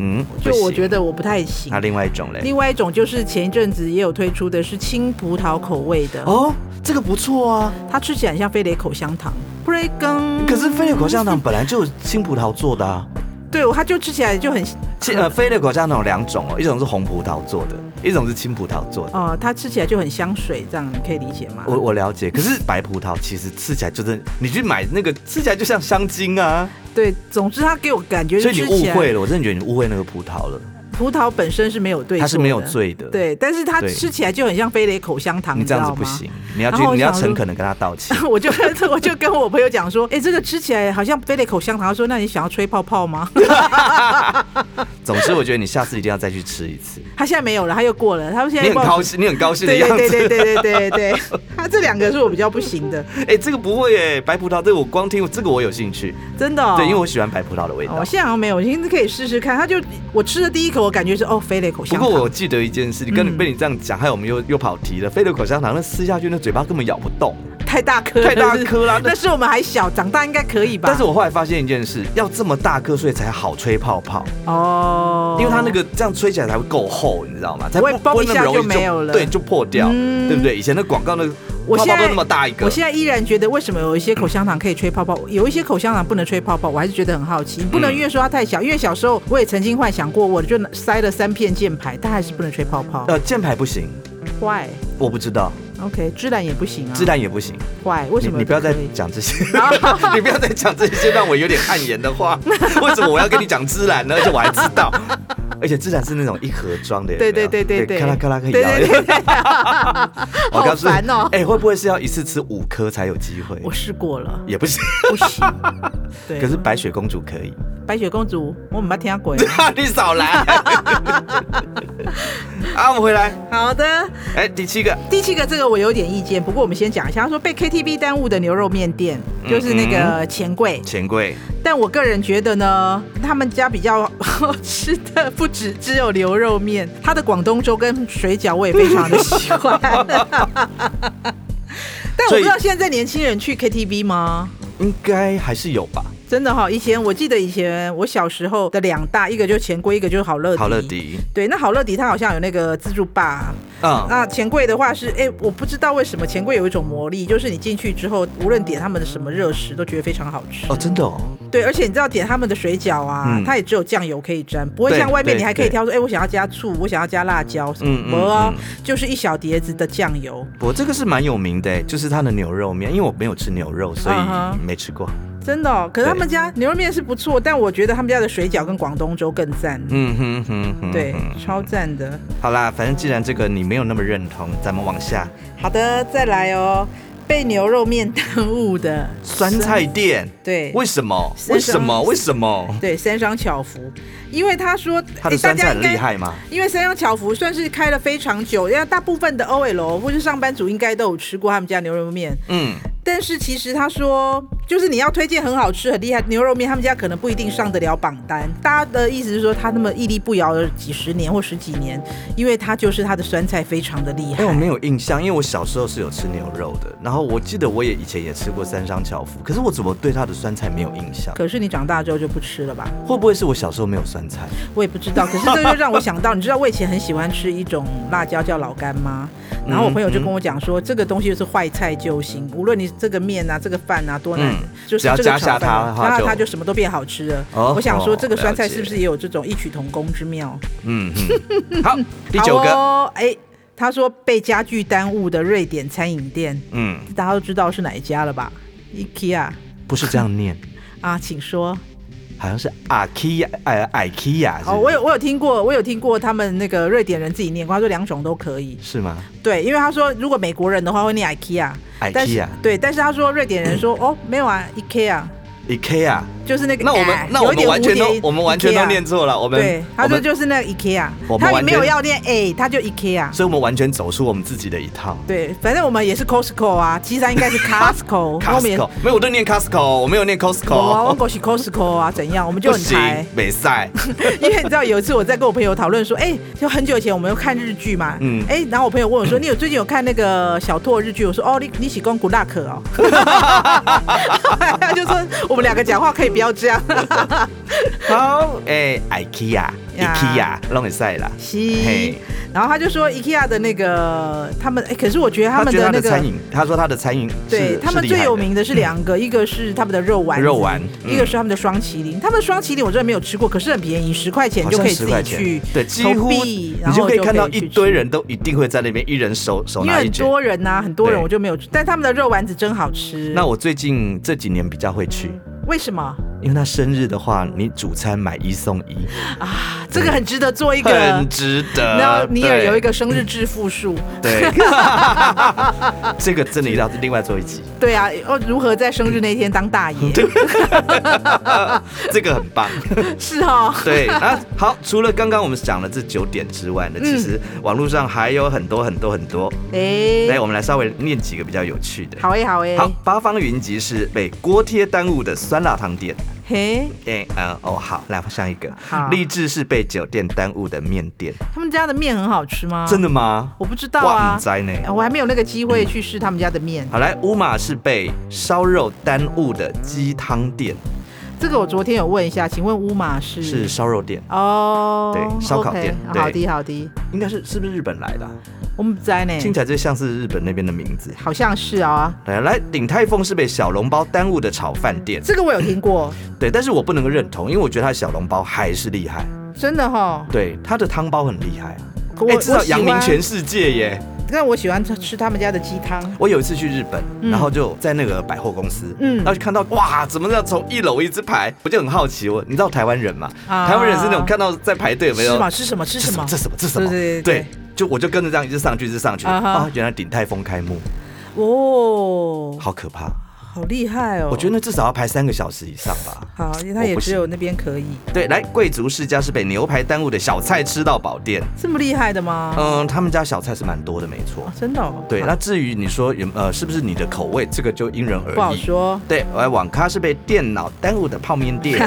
[SPEAKER 1] 嗯，
[SPEAKER 2] 就我觉
[SPEAKER 1] 得
[SPEAKER 2] 得我不太行
[SPEAKER 1] 那。另外一种嘞，
[SPEAKER 2] 另外一种就是前一阵子也有推出的是青葡萄口味的，
[SPEAKER 1] 哦，这个不错啊。
[SPEAKER 2] 它吃起来很像飞雷口香糖。布雷根，
[SPEAKER 1] 可是飞利口香糖本来就有青葡萄做的啊，
[SPEAKER 2] 对，它就吃起来就很，
[SPEAKER 1] 青呃飞利口香糖有两种哦，一种是红葡萄做的，一种是青葡萄做的。
[SPEAKER 2] 哦、它吃起来就很香水，这样你可以理解吗？
[SPEAKER 1] 我我了解，可是白葡萄其实吃起来就是你去买那个吃起来就像香精啊，
[SPEAKER 2] 对，总之它给我感觉
[SPEAKER 1] 所以
[SPEAKER 2] 是
[SPEAKER 1] 你
[SPEAKER 2] 吃
[SPEAKER 1] 误
[SPEAKER 2] 起来
[SPEAKER 1] 会了，我真的觉得你误会那个葡萄了，
[SPEAKER 2] 葡萄本身是没有对，
[SPEAKER 1] 它是没有，罪的。
[SPEAKER 2] 对，但是它
[SPEAKER 1] 对
[SPEAKER 2] 吃起来就很像飞雷口香糖，
[SPEAKER 1] 你这样子
[SPEAKER 2] 知道
[SPEAKER 1] 不
[SPEAKER 2] 吗
[SPEAKER 1] 行，你要去
[SPEAKER 2] 然后我
[SPEAKER 1] 你要
[SPEAKER 2] 想
[SPEAKER 1] 诚
[SPEAKER 2] 说
[SPEAKER 1] 恳的跟他道歉。
[SPEAKER 2] 我就我就跟 我朋友讲说，哎、这个吃起来好像飞雷口香糖。他说，那你想要吹泡泡吗？
[SPEAKER 1] 总之，我觉得你下次一定要再去吃一次。
[SPEAKER 2] 他现在没有了，他又过了。他们现
[SPEAKER 1] 你
[SPEAKER 2] 在
[SPEAKER 1] 很
[SPEAKER 2] 不知道
[SPEAKER 1] 高兴，你很高兴的
[SPEAKER 2] 对
[SPEAKER 1] 样
[SPEAKER 2] 对对
[SPEAKER 1] 子。
[SPEAKER 2] 对对对对对， 他这两个是我比较不行的，
[SPEAKER 1] 哎，这个不会哎，白葡萄这个我光听这个我有兴趣，
[SPEAKER 2] 真的、哦。
[SPEAKER 1] 对，因为我喜欢白葡萄的味
[SPEAKER 2] 哦
[SPEAKER 1] 道
[SPEAKER 2] 我。现在好像没有，我现在可以试试看。他就我吃的第一口，我感觉是哦，飞了一口
[SPEAKER 1] 不
[SPEAKER 2] 香
[SPEAKER 1] 过
[SPEAKER 2] 肠。
[SPEAKER 1] 我记得一件事，你跟你
[SPEAKER 2] 嗯
[SPEAKER 1] 被你这样讲，害我们又又跑题了。飞流口香糖那撕下去，那嘴巴根本咬不动，
[SPEAKER 2] 太大颗，。
[SPEAKER 1] 太大颗啦
[SPEAKER 2] 那是我们还小，长大应该可以吧？
[SPEAKER 1] 但是我后来发现一件事，要这么大颗，所以才好吹泡泡，
[SPEAKER 2] 哦，
[SPEAKER 1] 因为它那个这样吹起来才会够厚，你知道吗？才
[SPEAKER 2] 我也
[SPEAKER 1] 不
[SPEAKER 2] 嘣
[SPEAKER 1] 不会
[SPEAKER 2] 一
[SPEAKER 1] 那
[SPEAKER 2] 下
[SPEAKER 1] 么容易
[SPEAKER 2] 就没有了
[SPEAKER 1] 对，就破掉，
[SPEAKER 2] 嗯
[SPEAKER 1] 对不对？以前的广告那个
[SPEAKER 2] 我
[SPEAKER 1] 泡泡
[SPEAKER 2] 现在
[SPEAKER 1] 都那么大一个
[SPEAKER 2] 我，现在依然觉得，为什么有一些口香糖可以吹泡泡，有一些口香糖不能吹泡泡？我还是觉得很好奇。你不能
[SPEAKER 1] 嗯
[SPEAKER 2] 因为说它太小，因为小时候我也曾经幻想过，我就塞了三片箭牌，但还是不能吹泡泡。
[SPEAKER 1] 呃，箭牌不行，
[SPEAKER 2] 坏、
[SPEAKER 1] 我不知道，
[SPEAKER 2] OK，芝兰也不行啊。
[SPEAKER 1] 鸡蛋也不行。
[SPEAKER 2] 坏，为什
[SPEAKER 1] 你
[SPEAKER 2] 么
[SPEAKER 1] 你不要再
[SPEAKER 2] 可以啊
[SPEAKER 1] 讲这些， 你不要再讲这些让我有点汗颜的 话。为什么我要跟你讲孜然呢？而且我还知道，而且孜然是那种一盒装的，有没
[SPEAKER 2] 对
[SPEAKER 1] 有
[SPEAKER 2] 对对对对，
[SPEAKER 1] 咔啦咔啦可以
[SPEAKER 2] 对
[SPEAKER 1] 咬。
[SPEAKER 2] 对对对，
[SPEAKER 1] 我
[SPEAKER 2] 好
[SPEAKER 1] 告诉你
[SPEAKER 2] 烦哦。
[SPEAKER 1] 哎，会不会是要一次吃五颗才有机会？
[SPEAKER 2] 我试过了，
[SPEAKER 1] 也不 行，
[SPEAKER 2] 不行。对，
[SPEAKER 1] 可是白雪公主可以。
[SPEAKER 2] 白雪公主，我没听过。
[SPEAKER 1] 你少来。 啊，我们回来。
[SPEAKER 2] 好的，
[SPEAKER 1] 哎，第七个，
[SPEAKER 2] 第七个这个我有点意见，不过我们先讲一下。他说被 KTV 耽误的牛肉面店，
[SPEAKER 1] 嗯
[SPEAKER 2] 就是那个钱柜。
[SPEAKER 1] 钱柜
[SPEAKER 2] 但我个人觉得呢，他们家比较 吃的不止只有牛肉面，他的广东粥跟水饺我也非常的喜欢。 但我不
[SPEAKER 1] 所以
[SPEAKER 2] 知道现在年轻人去 KTV 吗？
[SPEAKER 1] 应该还是有吧？
[SPEAKER 2] 真的哈、以前我记得以前我小时候的两大，一个就是钱柜，一个就是好乐迪。
[SPEAKER 1] 好乐。迪，
[SPEAKER 2] 对，那好乐迪它好像有那个自助吧，
[SPEAKER 1] 嗯，
[SPEAKER 2] 那钱柜的话是，哎、我不知道为什么钱柜有一种魔力，就是你进去之后，无论点他们的什么热食，都觉得非常好吃。
[SPEAKER 1] 哦，真的哦，
[SPEAKER 2] 对，而且你知道点他们的水饺啊，
[SPEAKER 1] 嗯
[SPEAKER 2] 它也只有酱油可以沾，不会
[SPEAKER 1] 对
[SPEAKER 2] 像外面
[SPEAKER 1] 对
[SPEAKER 2] 你还可以
[SPEAKER 1] 对
[SPEAKER 2] 挑说，哎、我想要加醋，我想要加辣椒什么
[SPEAKER 1] 嗯嗯
[SPEAKER 2] 的，哦
[SPEAKER 1] 嗯
[SPEAKER 2] 就是一小碟子的酱油，
[SPEAKER 1] 我这个是蛮有名的，就是它的牛肉面，因为我没有吃牛肉，所
[SPEAKER 2] 嗯哼
[SPEAKER 1] 以没吃过。
[SPEAKER 2] 真的、哦。可是他
[SPEAKER 1] 对
[SPEAKER 2] 们家牛肉面是不错，但我觉得他们家的水饺跟广东粥更赞。
[SPEAKER 1] 嗯哼哼哼，
[SPEAKER 2] 对
[SPEAKER 1] 哼，
[SPEAKER 2] 超赞的。
[SPEAKER 1] 好啦，反正既然这个你没有那么认同，咱们往下，
[SPEAKER 2] 好的，再来哦。被牛肉面耽误的
[SPEAKER 1] 酸菜店，
[SPEAKER 2] 对，
[SPEAKER 1] 为什么？
[SPEAKER 2] 山
[SPEAKER 1] 为什么？为什么？
[SPEAKER 2] 对，三商巧福，因为他说
[SPEAKER 1] 它的
[SPEAKER 2] 哎诶大
[SPEAKER 1] 酸
[SPEAKER 2] 家
[SPEAKER 1] 菜
[SPEAKER 2] 应
[SPEAKER 1] 很
[SPEAKER 2] 该
[SPEAKER 1] 厉害吗？
[SPEAKER 2] 因为三商巧福算是开了非常久，因为大部分的 OL 或是上班族应该都有吃过他们家牛肉面。
[SPEAKER 1] 嗯，
[SPEAKER 2] 但是其实他说，就是你要推荐很好吃、很厉害的牛肉面，他们家可能不一定上得了榜单。大家的意思是说，他那么屹立不摇了几十年或十几年，因为他就是他的酸菜非常的厉害。
[SPEAKER 1] 哎，我没有印象，因为我小时候是有吃牛肉的，然后我记得我也以前也吃过三商巧福，可是我怎么对它的酸菜没有印象？
[SPEAKER 2] 可是你长大之后就不吃了吧？
[SPEAKER 1] 会不会是我小时候没有酸菜？
[SPEAKER 2] 我也不知道，可是这就让我想到，你知道我以前很喜欢吃一种辣椒叫老干妈，
[SPEAKER 1] 嗯
[SPEAKER 2] 然后我朋友就跟我讲说，这个东西就是坏菜救星，无论你这个面啊、这个饭啊多难，
[SPEAKER 1] 嗯
[SPEAKER 2] 就是
[SPEAKER 1] 只要
[SPEAKER 2] 这个
[SPEAKER 1] 加下
[SPEAKER 2] 炒饭
[SPEAKER 1] 它的话
[SPEAKER 2] 加上
[SPEAKER 1] 就
[SPEAKER 2] 它就什么都变好吃了。
[SPEAKER 1] 哦
[SPEAKER 2] 我想说，
[SPEAKER 1] 哦
[SPEAKER 2] 这个酸菜
[SPEAKER 1] 了解
[SPEAKER 2] 是不是也有这种异曲同工之妙？
[SPEAKER 1] 嗯哼，好，第九
[SPEAKER 2] 好
[SPEAKER 1] 个，
[SPEAKER 2] 哦，哎、他说被家具耽误的瑞典餐饮店，
[SPEAKER 1] 嗯，
[SPEAKER 2] 大家都知道是哪一家了吧？IKEA
[SPEAKER 1] 不是这样念，
[SPEAKER 2] 啊，请说。
[SPEAKER 1] 好像是 IKEA，哎，IKEA，
[SPEAKER 2] 哦，
[SPEAKER 1] 是
[SPEAKER 2] 我有我有听过，我有听过他们那个瑞典人自己念过，他说两种都可以。
[SPEAKER 1] 是吗
[SPEAKER 2] 对，因为他说如果美国人的话会念 IKEA，但是
[SPEAKER 1] ？IKEA，
[SPEAKER 2] 对，但是他说瑞典人说、哦没有啊 IKEA，
[SPEAKER 1] IKEA，
[SPEAKER 2] 就是那个
[SPEAKER 1] 嗯那我们、
[SPEAKER 2] 哎
[SPEAKER 1] 那
[SPEAKER 2] 有
[SPEAKER 1] 我们
[SPEAKER 2] 一点
[SPEAKER 1] 完全
[SPEAKER 2] 蝴蝶
[SPEAKER 1] 都我们完全都
[SPEAKER 2] IKEA
[SPEAKER 1] 念错了，我们
[SPEAKER 2] 对，他
[SPEAKER 1] 我
[SPEAKER 2] 说
[SPEAKER 1] 们
[SPEAKER 2] 就是那个 IKEA，
[SPEAKER 1] 我们
[SPEAKER 2] 他也
[SPEAKER 1] 完
[SPEAKER 2] 没
[SPEAKER 1] 全
[SPEAKER 2] 有要念 A，他就 IKEA。
[SPEAKER 1] 所以我们完全走出我们自己的一套。
[SPEAKER 2] 对，反正我们也是 Costco 啊，其实它应该是 Costco，然后我们 也
[SPEAKER 1] Costco 没有，我都念 Costco，我没有念
[SPEAKER 2] 我我
[SPEAKER 1] Costco，
[SPEAKER 2] 过去 Costco 啊，怎样？我们就
[SPEAKER 1] 不
[SPEAKER 2] 很台
[SPEAKER 1] 行，，美 赛，
[SPEAKER 2] 因为你知道有一次我在跟我朋友讨论说，哎、就很久以前我们有看日剧嘛，嗯
[SPEAKER 1] 嗯，
[SPEAKER 2] 哎、然后我朋友问我说，你有最近有看那个小拓日剧？我说，哦，你你喜欢古拉克哦， 他就说我们两个讲话可以不要这样，
[SPEAKER 1] 好，哎，IKEA。
[SPEAKER 2] 呀
[SPEAKER 1] IKEA 让你赛啦，
[SPEAKER 2] 是
[SPEAKER 1] 嘿，
[SPEAKER 2] 然后他就说 IKEA 的那个他们，哎、可是我觉得他
[SPEAKER 1] 他
[SPEAKER 2] 们
[SPEAKER 1] 觉得
[SPEAKER 2] 的
[SPEAKER 1] 他
[SPEAKER 2] 那
[SPEAKER 1] 的餐
[SPEAKER 2] 个。
[SPEAKER 1] 饮，他说他的餐饮是
[SPEAKER 2] 对他们
[SPEAKER 1] 是厉害
[SPEAKER 2] 最
[SPEAKER 1] 的嗯
[SPEAKER 2] 有名的是两个，一个是他们的肉丸子，
[SPEAKER 1] 肉丸
[SPEAKER 2] 一个
[SPEAKER 1] 嗯
[SPEAKER 2] 是他们的双麒麟。他们的双麒麟我真的没有吃过，可是很便宜，十块钱
[SPEAKER 1] 好
[SPEAKER 2] 就
[SPEAKER 1] 像
[SPEAKER 2] 可以
[SPEAKER 1] 十
[SPEAKER 2] 自
[SPEAKER 1] 块
[SPEAKER 2] 己
[SPEAKER 1] 钱
[SPEAKER 2] 去
[SPEAKER 1] 对，几乎
[SPEAKER 2] 投币
[SPEAKER 1] 你
[SPEAKER 2] 然
[SPEAKER 1] 就
[SPEAKER 2] 后
[SPEAKER 1] 可以看到
[SPEAKER 2] 去
[SPEAKER 1] 一
[SPEAKER 2] 吃
[SPEAKER 1] 堆人都一定会在那边，一人手手
[SPEAKER 2] 因
[SPEAKER 1] 拿
[SPEAKER 2] 为
[SPEAKER 1] 哦一
[SPEAKER 2] 很
[SPEAKER 1] 卷。
[SPEAKER 2] 多人呐、很多人
[SPEAKER 1] 对嗯
[SPEAKER 2] 我就没有去，但他们的肉丸子真好吃。
[SPEAKER 1] 那我最近这几年比较会去，
[SPEAKER 2] 为什么
[SPEAKER 1] 因为他生日的话，你主餐买一送 一，
[SPEAKER 2] 啊？这个很值得做一个
[SPEAKER 1] 很。值得。
[SPEAKER 2] 然后尼啊尔有一
[SPEAKER 1] 个
[SPEAKER 2] 个生日致富术，
[SPEAKER 1] 对，这个真的要另外做一 集，
[SPEAKER 2] 对啊，哦，如何在生日那天当 大爷？
[SPEAKER 1] 这个很棒。
[SPEAKER 2] 是 哦，
[SPEAKER 1] 对，那好，除了刚刚我们讲的这九点之外呢，其实网络上还有很多很多很多。来，
[SPEAKER 2] 哎，
[SPEAKER 1] 我们来稍微念几个比较有趣的。
[SPEAKER 2] 好哎好哎，
[SPEAKER 1] 好，八方云集是被锅贴耽误的酸辣汤店。
[SPEAKER 2] 嘿，
[SPEAKER 1] 哎、嗯哦好，来上一个
[SPEAKER 2] 好，
[SPEAKER 1] 励志是被酒店耽误的面店，
[SPEAKER 2] 他们家的面很好吃吗？
[SPEAKER 1] 真
[SPEAKER 2] 的，
[SPEAKER 1] 的吗？
[SPEAKER 2] 我不知道
[SPEAKER 1] 哇，
[SPEAKER 2] 啊
[SPEAKER 1] 你，栽呢？
[SPEAKER 2] 哎我还没有那个机会去试他们家的面。
[SPEAKER 1] 好来，乌马是被烧肉耽误的鸡汤店，
[SPEAKER 2] 这个我昨天有问一下，请问乌马是
[SPEAKER 1] 是烧肉店，
[SPEAKER 2] 哦，
[SPEAKER 1] 对烧烤店
[SPEAKER 2] OK，
[SPEAKER 1] 对
[SPEAKER 2] 好的好的，
[SPEAKER 1] 应该是是不是日本来的啊、
[SPEAKER 2] 我们在呢，
[SPEAKER 1] 听起来就像是日本那边的名字。
[SPEAKER 2] 好像是啊，
[SPEAKER 1] 来来，鼎泰丰是被小笼包耽误的炒饭店，
[SPEAKER 2] 这个我有听过，
[SPEAKER 1] 对，但是我不能够认同，因为我觉得它的小笼包还是厉害，
[SPEAKER 2] 真的哈，
[SPEAKER 1] 对，它的汤包很厉害啊，
[SPEAKER 2] 可我
[SPEAKER 1] 哎、至少
[SPEAKER 2] 我喜欢
[SPEAKER 1] 扬名全世界耶。
[SPEAKER 2] 但我喜欢吃他们家的鸡汤，
[SPEAKER 1] 我有一次去日本，
[SPEAKER 2] 嗯
[SPEAKER 1] 然后就在那个百货公司，嗯，
[SPEAKER 2] 嗯
[SPEAKER 1] 然后就看到哇，怎么样从一楼一直排，我就很好奇，我你知道台湾人嘛，
[SPEAKER 2] 啊
[SPEAKER 1] 台湾人是那种看到在排队有没有
[SPEAKER 2] 吃，嘛吃什么吃什么
[SPEAKER 1] 这，什么？这什么？
[SPEAKER 2] 对对对
[SPEAKER 1] 对，就我就跟着这样一直上去，一直上去。
[SPEAKER 2] 啊哈
[SPEAKER 1] 啊，原来鼎泰丰开幕，
[SPEAKER 2] 哦，
[SPEAKER 1] 好可怕！
[SPEAKER 2] 好厉害哦，
[SPEAKER 1] 我觉得那至少要排三个小时以上吧。
[SPEAKER 2] 好，因为他也
[SPEAKER 1] 我不
[SPEAKER 2] 只
[SPEAKER 1] 行
[SPEAKER 2] 有那边可以，
[SPEAKER 1] 对，来贵族世家是被牛排耽误的小菜吃到饱店。
[SPEAKER 2] 这么厉害的吗？
[SPEAKER 1] 嗯，他们家小菜是蛮多的，没错
[SPEAKER 2] 哦。真的哦，
[SPEAKER 1] 对，
[SPEAKER 2] 好
[SPEAKER 1] 那至于你说有呃是不是你的口味，这个就因人而异。
[SPEAKER 2] 不好。说，
[SPEAKER 1] 对，来网咖是被电脑耽误的泡面店，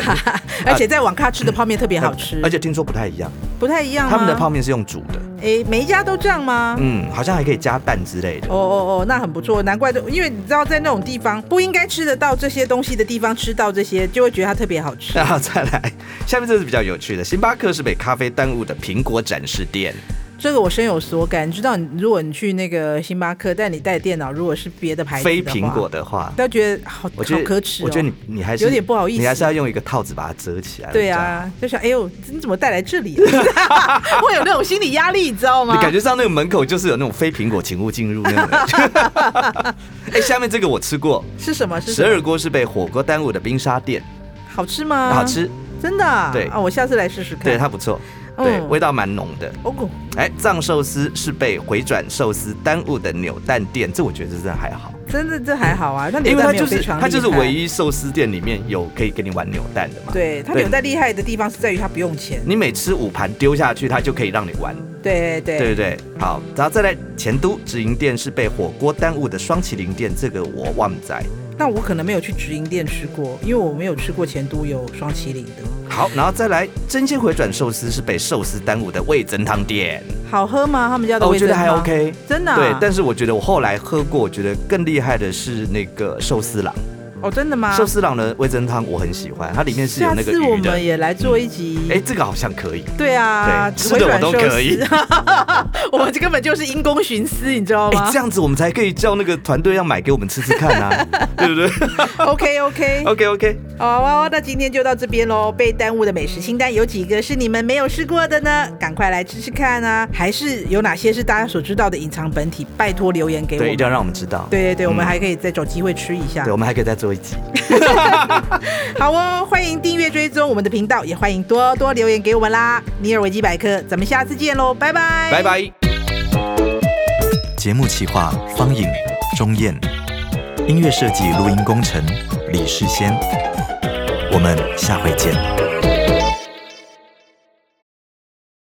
[SPEAKER 2] 而且在网咖吃的泡面特别 好吃，
[SPEAKER 1] 呃而且听说不太一样，
[SPEAKER 2] 不太一样吗，
[SPEAKER 1] 他们的泡面是用煮的，
[SPEAKER 2] 诶，每一家都这样吗？
[SPEAKER 1] 嗯，好像还可以加蛋之类的。
[SPEAKER 2] 哦哦哦，那很不错，难怪都因为你知道，在那种地方不应该吃得到这些东西的地方，吃到这些就会觉得它特别 好吃。
[SPEAKER 1] 然后再来，下面这是比较有趣的，星巴克是被咖啡耽误的苹果展示店。
[SPEAKER 2] 这个我深有所感，你知道，你如果你去那个星巴克，但你带电脑，如果是别的牌子的
[SPEAKER 1] 非
[SPEAKER 2] 话
[SPEAKER 1] 苹果，的话，
[SPEAKER 2] 都觉得好
[SPEAKER 1] 我觉得
[SPEAKER 2] 好可耻、哦。
[SPEAKER 1] 我觉得你你还是
[SPEAKER 2] 有点不好意思
[SPEAKER 1] 你还是要用一个套子把它遮起来。
[SPEAKER 2] 对啊，就想哎呦，你怎么带来这里、啊？ 会有那种心理压力，你知道
[SPEAKER 1] 比
[SPEAKER 2] 吗
[SPEAKER 1] 较。？你感觉上那个门口就是有那种非苹果，请勿进入那种感觉。 哎、下面这个我吃过，
[SPEAKER 2] 是什么？是
[SPEAKER 1] 十
[SPEAKER 2] 什么
[SPEAKER 1] 二锅是被火锅耽误的冰沙店，
[SPEAKER 2] 好吃吗？
[SPEAKER 1] 好，吃，
[SPEAKER 2] 真的啊。
[SPEAKER 1] 对
[SPEAKER 2] 啊，我下次来试试嗯看。
[SPEAKER 1] 对它不错，对、
[SPEAKER 2] 嗯
[SPEAKER 1] 味道蛮浓的。
[SPEAKER 2] 哦，
[SPEAKER 1] 哎、藏寿司是被回转寿司耽误的扭蛋店，这我觉得真的还好，
[SPEAKER 2] 真的这还好啊，那
[SPEAKER 1] 因
[SPEAKER 2] 扭
[SPEAKER 1] 为
[SPEAKER 2] 蛋
[SPEAKER 1] 它
[SPEAKER 2] 没有
[SPEAKER 1] 就
[SPEAKER 2] 非
[SPEAKER 1] 是
[SPEAKER 2] 常
[SPEAKER 1] 它就是
[SPEAKER 2] 厉害
[SPEAKER 1] 唯一寿司店里面有可以给你玩扭蛋的嘛。，
[SPEAKER 2] 对它
[SPEAKER 1] 对
[SPEAKER 2] 扭蛋厉害的地方是在于它不用钱。
[SPEAKER 1] 你每吃五盘丢下去，它就可以让你玩。
[SPEAKER 2] 对对
[SPEAKER 1] 对对对，好，然后再来前都直营店是被火锅耽误的双麒麟店，这个我忘在。
[SPEAKER 2] 但我可能没有去直营店吃过，因为我没有吃过前都有双麒麟的。
[SPEAKER 1] 好，然后再来真鲜回转寿司是被寿司耽误的味增汤店，
[SPEAKER 2] 好喝吗？他们家的
[SPEAKER 1] 哦我
[SPEAKER 2] 味
[SPEAKER 1] 觉
[SPEAKER 2] 噌
[SPEAKER 1] 得还
[SPEAKER 2] 汤
[SPEAKER 1] OK。
[SPEAKER 2] 真的啊、
[SPEAKER 1] 对，但是我觉得我后来喝过，我觉得更厉害的是那个寿司郎。
[SPEAKER 2] 哦，真的吗？
[SPEAKER 1] 寿司郎的味增汤我很喜欢，它里面是有
[SPEAKER 2] 下
[SPEAKER 1] 那个
[SPEAKER 2] 次我
[SPEAKER 1] 鱼的
[SPEAKER 2] 们。也来做一集。
[SPEAKER 1] 哎，这个好像可以。
[SPEAKER 2] 对啊，
[SPEAKER 1] 对吃的我都可以
[SPEAKER 2] 回转寿司。 我们这根本就是因公徇私，你知道
[SPEAKER 1] 哎
[SPEAKER 2] 吗，
[SPEAKER 1] 这样子我们才可以叫那个团队要买给我们吃吃看 啊，对不对
[SPEAKER 2] ？OK OK，
[SPEAKER 1] ？OK OK，
[SPEAKER 2] 好哇哇，那今天就到这边喽。被耽误的美食清单有几个是你们没有试过的呢？赶快来吃吃看啊！还是有哪些是大家所知道的隐藏本体？拜托留言给我
[SPEAKER 1] 对，一
[SPEAKER 2] 们。
[SPEAKER 1] 定要让我们知道。
[SPEAKER 2] 对对啊对，我
[SPEAKER 1] 嗯
[SPEAKER 2] 们还可以再找机会吃一下
[SPEAKER 1] 对，。我们还可以再做一集。
[SPEAKER 2] 好哦，欢迎订阅追踪我们的频道，也欢迎多多留言给我们啦。尼尔维基百科，咱们下次见喽，拜拜，
[SPEAKER 1] 拜。拜。
[SPEAKER 3] 节目企划方颖、钟燕，音乐设计、录音工程李世先。我们下回见。